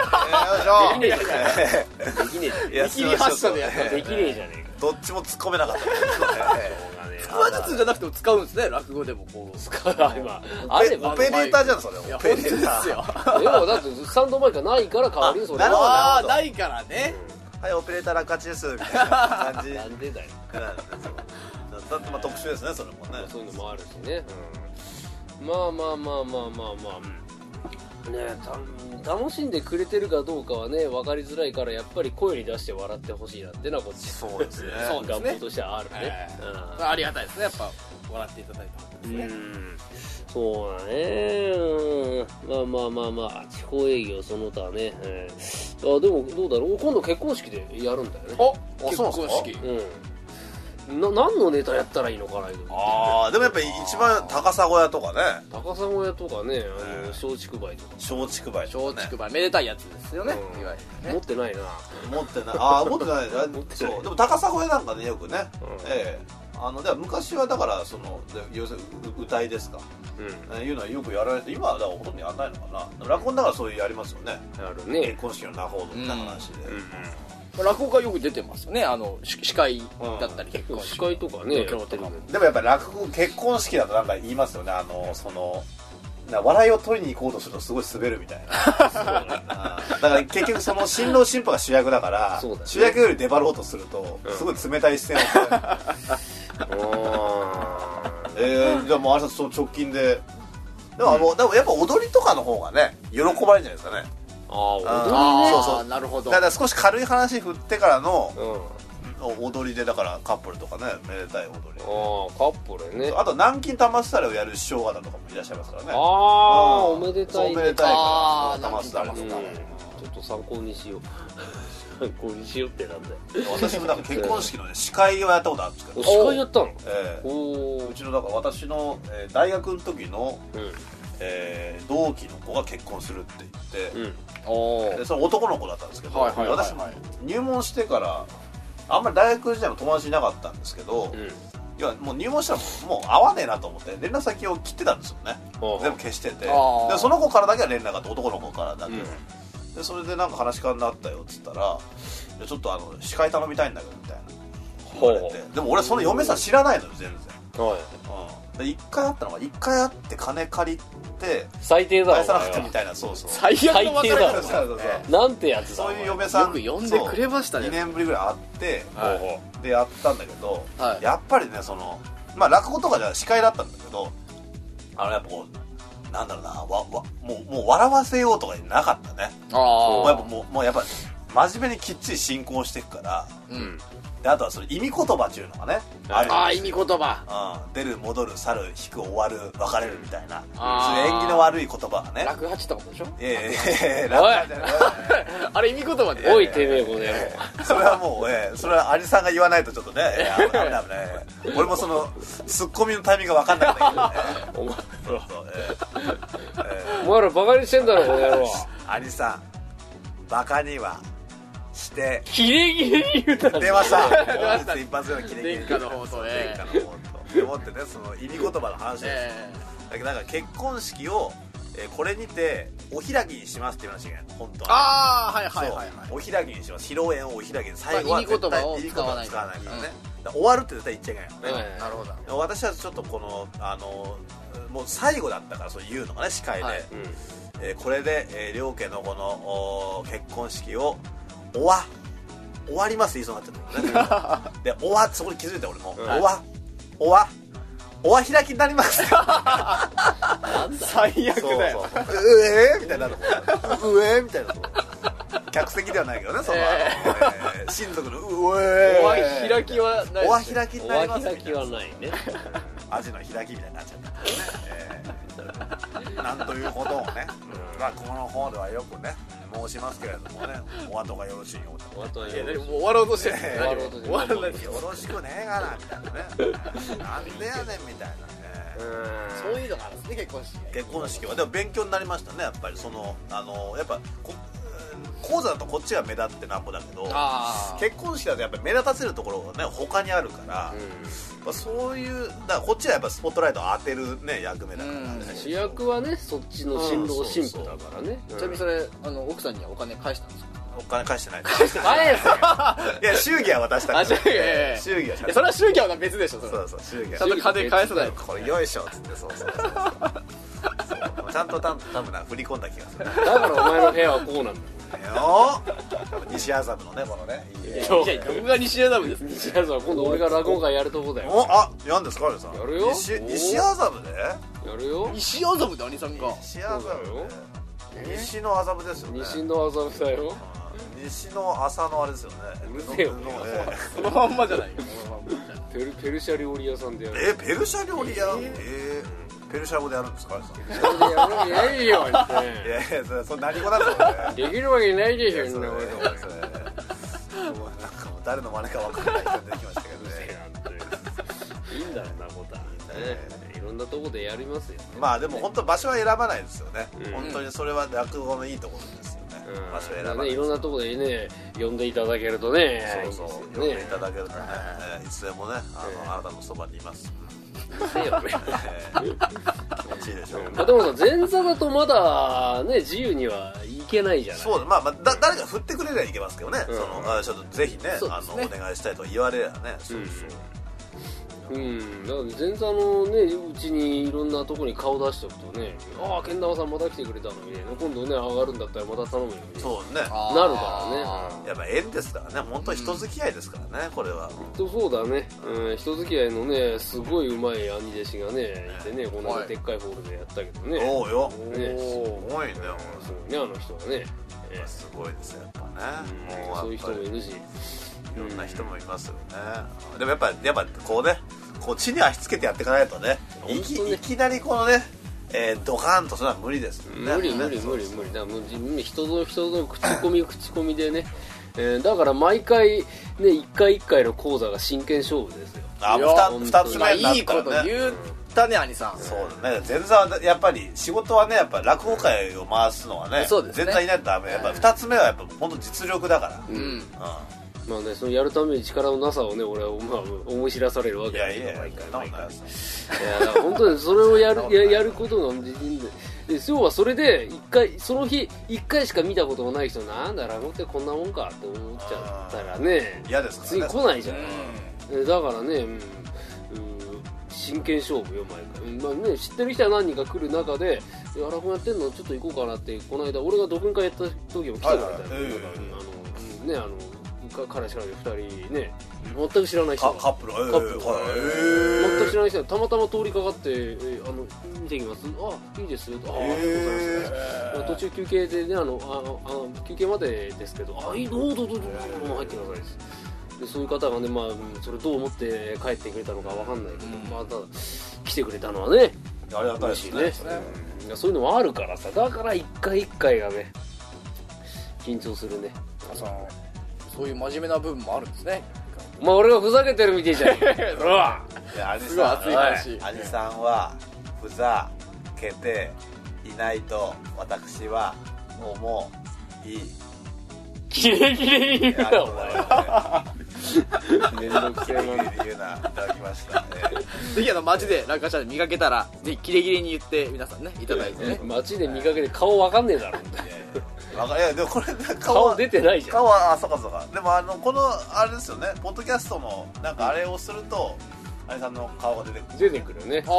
Speaker 2: いし
Speaker 3: で
Speaker 2: ょ
Speaker 3: きねえじゃねえかできねえ
Speaker 2: い
Speaker 3: じゃね
Speaker 2: や
Speaker 4: 見切り発車でやった
Speaker 2: そうそうそう
Speaker 3: えかできねえじゃねえか
Speaker 2: どっちも突っ込めなかったね
Speaker 3: しょうがねえな
Speaker 4: 腹話術じゃなくても使うんですね落語でもこう
Speaker 3: 使うあればあれ
Speaker 2: オ
Speaker 3: ば
Speaker 2: ペレーターじゃんそれ
Speaker 4: いや
Speaker 2: オペ
Speaker 4: 本
Speaker 2: レ
Speaker 4: 当で
Speaker 2: ー
Speaker 4: す
Speaker 2: ター
Speaker 4: よ
Speaker 3: でもだってスタンドマイクがないから代わりにそれ
Speaker 2: なるほど
Speaker 4: ああないからね
Speaker 2: はいオペレーター落下地ですみたいな感じ
Speaker 3: な
Speaker 2: なん
Speaker 3: んでだよ
Speaker 2: ですよだってまあ特殊ですねそれもね
Speaker 3: そういうのもあるしね、まあまあまあまあまあまあ、ねえた楽しんでくれてるかどうかはね分かりづらいからやっぱり声に出して笑ってほしいなってのはこっち
Speaker 2: そうですね
Speaker 4: そうです
Speaker 3: 願
Speaker 4: ね
Speaker 3: 望としてはあるね、
Speaker 4: ええまあありがたいですねやっぱ笑っていただいた方です
Speaker 3: うん、う
Speaker 4: ね
Speaker 3: んそうだね、うん、まあまあまあまあ地方営業その他ね、ええあでもどうだろう今度結婚式でやるんだよね
Speaker 4: お
Speaker 2: あ
Speaker 4: 結
Speaker 2: そうなんですか
Speaker 4: 婚式
Speaker 3: うんな何のネタやったらいいのかな
Speaker 2: ああでもやっぱ一番高砂小屋とかね
Speaker 3: 高砂小屋とかねあの松竹梅とか
Speaker 2: 松竹梅と
Speaker 4: 松
Speaker 2: かね
Speaker 4: 竹梅めでたいやつですよね
Speaker 3: うん
Speaker 4: いわゆ
Speaker 3: 持
Speaker 4: るね
Speaker 3: ってないな
Speaker 2: 持ってないああ持ってない
Speaker 3: 持ってない
Speaker 2: そうでも高砂小屋なんかねよくね、
Speaker 3: うん
Speaker 2: ええあのでは昔はだからそので要するに歌いですか、
Speaker 3: うん
Speaker 2: えーいうのはよくやられて今はだからほとんどやらないのかなでも落語だからそういうやりますよね
Speaker 3: ある
Speaker 2: 結
Speaker 3: ね
Speaker 2: 婚式の仲人みたいな話で、
Speaker 4: 落語家よく出てますよねあのし司会だったり結婚
Speaker 3: 司
Speaker 4: 式
Speaker 3: 会とかね
Speaker 4: 東京とかも
Speaker 2: でもやっぱり落語結婚式だとなんか言いますよねあのそのな笑いを取りに行こうとするとすごい滑るみたいな うんだから結局その新郎新婦が主役だから
Speaker 3: そうだね
Speaker 2: 主役より出張ろうとすると
Speaker 3: うん
Speaker 2: すごい冷たい視線を、
Speaker 3: あ
Speaker 2: えー、じゃあもうあれさその直近ででもあの、でもやっぱ踊りとかの方がね喜ばれるんじゃないですかね
Speaker 3: あ
Speaker 2: あ
Speaker 3: あ
Speaker 2: ー
Speaker 4: ああ
Speaker 2: そうそう
Speaker 4: なるほど
Speaker 2: だから少し軽い話振ってからの
Speaker 3: 踊りね
Speaker 2: 踊りでだからカップルとかねめでたい踊
Speaker 3: うん
Speaker 2: り
Speaker 3: ああカップルね
Speaker 2: あと南京玉すたれをやる師匠方とかもいらっしゃいますからね
Speaker 3: ああおめでたい
Speaker 2: そうお
Speaker 3: ね
Speaker 2: めでたいから
Speaker 4: あー
Speaker 2: 玉すだれ
Speaker 3: うんちょっと参考にしよう 参考にしようってなんだよ
Speaker 2: 私もなんか結婚式のね司会をやったことあるんですけ
Speaker 3: お
Speaker 2: ど、
Speaker 3: 司会やったの
Speaker 2: え
Speaker 3: お
Speaker 2: え
Speaker 3: お
Speaker 2: うちのだから私の、えー大学の時の、
Speaker 3: う
Speaker 2: えー同期の子が結婚するって言って、
Speaker 3: んうん
Speaker 4: おー
Speaker 2: でその男の子だったんですけど、
Speaker 4: はいはいはいはい
Speaker 2: 私も入門してからあんまり大学時代も友達いなかったんですけど、
Speaker 3: うん
Speaker 2: いやもう入門したらもうもう会わねえなと思って連絡先を切ってたんですよね
Speaker 3: ああ
Speaker 2: 全部消しててで
Speaker 4: あー
Speaker 2: その子からだけは連絡があって男の子からだけ、
Speaker 3: うん
Speaker 2: でそれでなんか話し家になったよっつったら「いやちょっとあの司会頼みたいんだけど」みたいな言われて
Speaker 3: ほ
Speaker 2: でも俺その嫁さん知らないのよ全然、
Speaker 3: はい
Speaker 2: うん、で1回会ったのが1回会って金借りて
Speaker 3: 最低だ
Speaker 2: 返
Speaker 3: お
Speaker 2: さな
Speaker 3: 前
Speaker 2: くてみ
Speaker 3: は
Speaker 2: たいなそうそう
Speaker 4: 最悪の別
Speaker 3: 最
Speaker 4: れ
Speaker 3: 低だ
Speaker 2: そうそうそう
Speaker 3: なんてやつだ
Speaker 2: そうい
Speaker 3: お
Speaker 2: う
Speaker 3: 前
Speaker 2: 嫁さん
Speaker 4: よく呼んでくれましたね
Speaker 2: 2年ぶりぐらい会って
Speaker 4: はい
Speaker 3: ほうほ
Speaker 2: でやったんだけど、
Speaker 4: はい
Speaker 2: やっぱりねそのまあ落語とかじゃ司会だったんだけどあのやっぱこうなんだろうなわわもうもう笑わせようとかなかったねもうやっ
Speaker 4: あ
Speaker 2: ぱもうもうやっぱ真面目にきっちり進行していくから
Speaker 4: ーうん
Speaker 2: であとはそれ意味言葉っていうのがねある
Speaker 4: あー意味言葉
Speaker 2: うん、出る戻る去る引く終わる別れるみたいな
Speaker 4: あ
Speaker 2: そう
Speaker 4: ー
Speaker 2: いう縁起の悪い言葉がね
Speaker 4: 落八とかもでしょ
Speaker 2: いやいやいやいや
Speaker 3: おい
Speaker 2: 落語じゃない
Speaker 4: あれ意味言葉で
Speaker 3: おいてめえこの野郎
Speaker 2: それはもう、ええそれはアリさんが言わないとちょっとね、ええ危ない危ない危ないええ俺もそのツッコミのタイミングが分かんないんだ
Speaker 3: お前
Speaker 2: けど、ね、そうそうええええ
Speaker 3: お前らバカにしてんだろこの野郎
Speaker 2: アリさんバカにはして
Speaker 3: キレキレに言うた
Speaker 2: 出ました
Speaker 4: 出ま
Speaker 2: 本
Speaker 4: した
Speaker 2: 日一発目のキレキレ
Speaker 4: 殿下の放送ええ
Speaker 2: 殿下の放送でもってねその意味言葉の話です、
Speaker 4: え
Speaker 2: だけどなんか結婚式を、えーこれにてお開きにしますっていう話が本当はね
Speaker 4: ーああはいはいはいはい
Speaker 2: そうお開きにします披露宴をお開きに最後は
Speaker 4: まあいい言
Speaker 2: 絶対
Speaker 4: 葉を
Speaker 2: いい
Speaker 4: 使わない
Speaker 2: 言葉使わないからね、だから終わるって絶対言っちゃいけないよね、
Speaker 4: うんなるほどなる
Speaker 2: 私はちょっとこのあのもう最後だったからそう言うのがね司会で、
Speaker 4: はい
Speaker 3: うん
Speaker 2: えーこれで、えー両家のこのおー結婚式を終わ終わりますって言いそうになっちゃったもんねで終わそこに気づいた俺も、
Speaker 3: うん
Speaker 2: 終わ終わ終わ開きになります
Speaker 4: ほど最悪
Speaker 2: そう
Speaker 4: だよ
Speaker 2: そううえーみたいなとこうえーみたいなとこ客席ではないけどねその、あのえー親族のうえー
Speaker 4: おわ開きはない
Speaker 2: おわ開きに
Speaker 3: お
Speaker 2: なりま
Speaker 3: わ
Speaker 2: す
Speaker 3: 開きはないね
Speaker 2: アジの開きみたいになっちゃったんでね、えーなんということをね、まあこの方ではよくね申しますけれどもねお後がよろしいようで
Speaker 3: お後に
Speaker 4: いや何もう終わろうとしてる
Speaker 2: ええ
Speaker 4: 何も終わらない
Speaker 2: よろしくねえがなみたいなねなんでやねんみたいなね、
Speaker 4: そういうのがあるんですね結婚式
Speaker 2: 結婚式はでも勉強になりましたねやっぱりそのあのやっぱこ講座だとこっちが目立ってなんぼだけど
Speaker 4: あー
Speaker 2: 結婚式だとやっぱり目立たせるところがね他にあるから、まあ、そういうだからこっちはやっぱスポットライトを当てるね役目だからね、
Speaker 4: うん
Speaker 3: 主役はねそっちの新郎新婦だからね
Speaker 4: ちなみにそれあの奥さんにはお金返したんですか
Speaker 2: お金返してない
Speaker 3: 返せ
Speaker 2: いや祝儀は渡した
Speaker 4: あ祝儀ええ
Speaker 2: 祝儀はし
Speaker 4: いやそれは宗教は別でしょそれ
Speaker 2: そうそう祝儀は
Speaker 4: ちゃんと金返さないと
Speaker 2: これよいしょっつってそうそうそうそうそうちゃんとたん多分な振り込んだ気が するね
Speaker 3: だからお前の部屋はこうなんだ
Speaker 2: よー西麻布のねこのねいいね
Speaker 3: よ
Speaker 4: いや僕が西麻布です
Speaker 3: 西原さん今度俺が落語会やるとこだよ
Speaker 2: おあやんですかあれさん
Speaker 3: やるよ
Speaker 2: 西
Speaker 3: お
Speaker 2: 西麻布で
Speaker 3: やるよ
Speaker 4: 西麻布で兄さんが
Speaker 2: 西
Speaker 3: そ
Speaker 2: 麻
Speaker 3: うだよ
Speaker 2: 布で西の麻布ですよね
Speaker 3: 西の麻布だよ
Speaker 2: うん西の朝のあれですよね
Speaker 3: うるせえよ
Speaker 2: ののえ
Speaker 4: そのまんまじゃないか
Speaker 3: ペルペルシャ料理屋さんでやる
Speaker 2: えペルシャ料理屋えーペルシャ語でやるんですかあれさん
Speaker 3: それでやるわけないよ
Speaker 2: いやいやそれそれ何語なんですかね
Speaker 3: できるわけないで
Speaker 2: い
Speaker 3: しょ
Speaker 2: や
Speaker 3: そ
Speaker 2: そ
Speaker 3: ん
Speaker 2: れ
Speaker 3: な
Speaker 2: そ
Speaker 3: こ
Speaker 2: れ
Speaker 3: と
Speaker 2: それもうなんかもう誰の真似か分からない感じできましたけどね
Speaker 3: いいんだよなことはねいろんなとこでやりますよ
Speaker 2: まあでも本当場所は選ばないですよね、
Speaker 3: うん
Speaker 2: 本当にそれは落語のいいところですよね、場所選ばな
Speaker 3: ね、
Speaker 2: い
Speaker 3: いろんなところでね呼んでいただけるとね
Speaker 2: そうそう
Speaker 3: いい
Speaker 2: 読ん
Speaker 3: で
Speaker 2: ですい
Speaker 3: よ
Speaker 2: ただけるとね、えーいつでもねあの、
Speaker 3: ええ
Speaker 2: あなたのそばにいます、
Speaker 3: ねいいよね
Speaker 2: えー気持ちいいでしょう、
Speaker 3: まあでもさ前座だとまだね自由にはいけないじゃない
Speaker 2: そうだまあ、まあ、だ誰か振ってくれりゃいけますけどね、
Speaker 3: うん
Speaker 2: そのあちょっとぜひね
Speaker 4: そう
Speaker 2: あ
Speaker 4: です
Speaker 2: の
Speaker 4: ね
Speaker 2: お願いしたいと言われりゃねそう
Speaker 3: うん
Speaker 2: そう、よ
Speaker 3: うん、だから全然あのね、うちにいろんなとこに顔出しておくとね、ああ、けん玉さんまた来てくれたのにね、今度ね、上がるんだったらまた頼むよね。
Speaker 2: そうね
Speaker 3: なるからね。
Speaker 2: やっぱ縁ですからね本当に人付き合いですからね、これは
Speaker 3: とそうだね、うん、人付き合いのね、すごい上手い兄弟子がね、いてね、こんな
Speaker 1: はい
Speaker 3: でっかいホールでやったけどね。
Speaker 2: そうよ
Speaker 3: ね
Speaker 2: すごいね
Speaker 3: すごいね、あの人はね。ええ
Speaker 2: すごいですよやっぱ
Speaker 3: う
Speaker 2: ね
Speaker 3: ん
Speaker 2: も
Speaker 3: そう
Speaker 2: う
Speaker 3: い
Speaker 2: や
Speaker 3: う人
Speaker 2: っぱ
Speaker 3: も
Speaker 2: り
Speaker 3: いるし。
Speaker 2: いろんな人もいますよねでもやっぱやっぱこうねこう地に足つけてやっていかないとねいき
Speaker 3: 本当ね
Speaker 2: いきなりこのね、えードカーンとするのは無理ですよね
Speaker 3: 無理無理無理無理だからもう自分人の人の口コミ 口コミでね、えーだから毎回ね一回一回の講座が真剣勝負ですよ
Speaker 2: あも
Speaker 1: い
Speaker 2: う
Speaker 1: や
Speaker 2: 二つ二つ
Speaker 1: まあ
Speaker 2: 目にないっ
Speaker 1: い
Speaker 2: た
Speaker 1: こと
Speaker 2: らね
Speaker 1: 言ったね兄さん
Speaker 2: そうだね前座はやっぱり仕事はねやっぱ落語界を回すのはね
Speaker 1: そうですね
Speaker 2: 前座いないとダメやっぱ二つ目はやっぱ本当実力だから、
Speaker 1: う
Speaker 2: うん
Speaker 1: ん
Speaker 3: まあねそのやるために力のなさをね俺は、まあ、思い知らされるわ
Speaker 2: い
Speaker 3: け
Speaker 2: や
Speaker 3: で
Speaker 2: い
Speaker 3: すよ
Speaker 2: や
Speaker 3: 毎
Speaker 2: いや
Speaker 3: 回
Speaker 2: そんな
Speaker 3: 毎回い
Speaker 2: ことないです
Speaker 3: やだから本当にそれをやるややることができんでで要はそれで一回その日一回しか見たことがない人なんだ落語ってこんなもんかって思っちゃったらね
Speaker 2: 嫌です
Speaker 3: 次
Speaker 2: から
Speaker 3: 来
Speaker 2: ね
Speaker 3: ないじゃない、えだからね、うん、うん真剣勝負よ毎回、うんまあね、知ってる人は何人か来る中で「いやラフやってんのちょっと行こうかな」ってこの間俺が独演会やった時も来てもらったんだけど
Speaker 2: はいはい
Speaker 3: なんか
Speaker 2: え
Speaker 3: あのねあのか彼氏彼女2人ね全く知らない人
Speaker 2: カカッ
Speaker 3: が
Speaker 2: プルえー
Speaker 3: カップル
Speaker 2: はい
Speaker 3: 全く知
Speaker 2: えー
Speaker 3: らない人がたまたま通りかかってえー「あの見てきます」あ「いいですよ」と「あありがとうございます」
Speaker 2: えー
Speaker 3: 途中休憩でねあのあのあの休憩までですけど「あいいどうぞどうぞどうぞもう入ってください」ですでそういう方がね、まあ、うんそれどう思って帰ってくれたのかわかんないけど、まあ、ただ来てくれたのはね
Speaker 2: ありがたいで
Speaker 3: 嬉
Speaker 2: す
Speaker 3: しい
Speaker 2: ね
Speaker 3: ねうんいやそういうのもあるからさだから一回一回がね緊張するね
Speaker 4: あそのそういう真面目な部分もあるんですね
Speaker 3: まあ俺がふざけてるみてえじゃんほら
Speaker 2: いや兄
Speaker 4: すごい
Speaker 2: さ
Speaker 4: 熱い
Speaker 2: ん
Speaker 4: 話
Speaker 2: 兄さんはふざけていないと私は思ういい
Speaker 3: キレキレに言う
Speaker 2: ありが
Speaker 3: な
Speaker 2: と
Speaker 3: お
Speaker 2: うご
Speaker 3: 前
Speaker 2: ざいま
Speaker 3: めんどくせえな
Speaker 2: す言うないただきましたね
Speaker 1: ぜひあの街で落下者で磨けたらぜひキレキレに言って皆さんねいただいてね
Speaker 3: 街で見かけて顔わかんねえだろ
Speaker 2: わかいやでもこれ顔
Speaker 3: 顔出てないじゃん
Speaker 2: 顔はあそうかそうかでもあのこのあれですよねポッドキャストのなんかあれをするとあれさんの顔が出てくる
Speaker 3: 出てくるね
Speaker 4: あ
Speaker 3: あ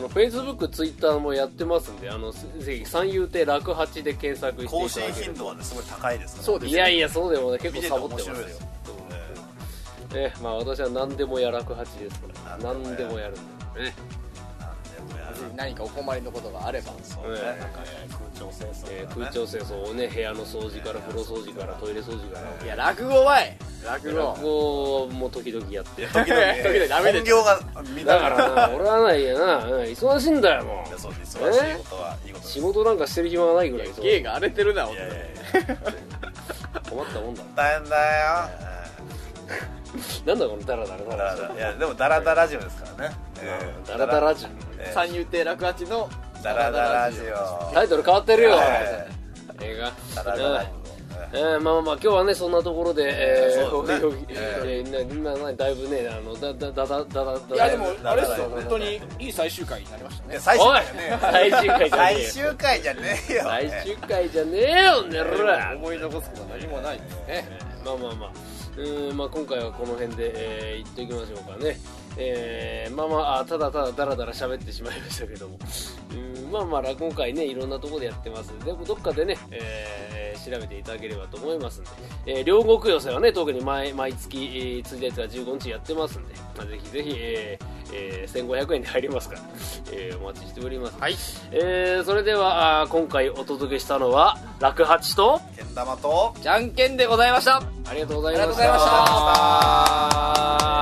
Speaker 3: の、Facebook、Twitter もやってますんで、あの、ぜぜひ、三遊亭楽八で検索していただけ
Speaker 2: 更新
Speaker 3: れば
Speaker 2: 頻度はねすごい高いですから
Speaker 4: そうです
Speaker 3: いやいや、そうでもね、結構
Speaker 2: 見てて
Speaker 3: サボって
Speaker 2: 面
Speaker 3: ますよ
Speaker 2: 白いですよ。
Speaker 3: ええ、まあ私は何でもや楽八ですから。
Speaker 2: 何
Speaker 3: 何
Speaker 2: で
Speaker 3: で
Speaker 2: も
Speaker 3: もやるんだよね。
Speaker 2: なんでもやる
Speaker 4: あ何かお困りのことがあれば
Speaker 2: そうねなんかね空調清掃とかね
Speaker 3: えー空調清掃をね、部屋の掃除から、風呂掃除から、トイレ掃除から。
Speaker 4: いや落語はい落語
Speaker 3: 落語も時々やってる。
Speaker 2: 時々ね
Speaker 4: 時々ダメです
Speaker 2: 本業が見
Speaker 3: だ
Speaker 2: た
Speaker 3: か
Speaker 2: から
Speaker 3: な、俺はないやな、うん忙しいんだよ、も
Speaker 2: いや
Speaker 3: う。
Speaker 2: そうです忙しいことはいいことです
Speaker 3: 仕事なんかしてる暇がないぐらい忙しい
Speaker 4: 芸が荒れてるな本
Speaker 2: い
Speaker 4: 当
Speaker 2: やい
Speaker 4: に
Speaker 2: やいや
Speaker 3: 困ったもんだ。
Speaker 2: 大変だよ
Speaker 3: なんだこのダラダラダ
Speaker 2: だら
Speaker 3: ラ
Speaker 2: だらい
Speaker 3: し
Speaker 2: やでもダラダラジオですからね
Speaker 3: て。ダラダラじゃん。
Speaker 2: えー
Speaker 4: 三遊亭落八の
Speaker 2: ダラダラジオ
Speaker 3: タイトル変わってるよ。
Speaker 2: え
Speaker 3: 映画。
Speaker 2: ーダラダラジオ
Speaker 3: えー、まあまあまあ今日はねそんなところで、えー、
Speaker 2: そうですね
Speaker 3: おいおいえーなななだいぶねあのだだだだだだだ
Speaker 4: いやでもあれですよ
Speaker 2: だ
Speaker 4: 本当にいい最終回になりました
Speaker 2: ね
Speaker 4: ね
Speaker 2: 最終
Speaker 3: おい
Speaker 2: 回じゃねえ
Speaker 3: 最
Speaker 2: よ
Speaker 3: 終回じゃねえ
Speaker 2: 最
Speaker 3: よ
Speaker 2: 終回
Speaker 3: 最終回じ
Speaker 2: じゃねえよ
Speaker 3: ゃねえよねろら
Speaker 4: 思い残すことは何もないですね
Speaker 3: まあまあまあうーんまあ今回はこの辺で、えー、言っておきましょうかねえー、まあまああただただだらだら喋ってしまいましたけどもうーんまあまあ落語会ねいろんなところでやってますでどっかでね、えー、調べていただければと思いますんで、えー、両国寄せはね特に毎毎月、えー、1日から15日やってますんで、まあ、ぜひぜひ、えーえー、1500円で入りますから、えー、お待ちしております、はいえー、それではあー今回お届けしたのは落八と
Speaker 2: けん玉と
Speaker 1: じゃんけんでございました
Speaker 3: ありがとうござい
Speaker 4: ありが
Speaker 3: まし
Speaker 4: とうございましたた
Speaker 2: あ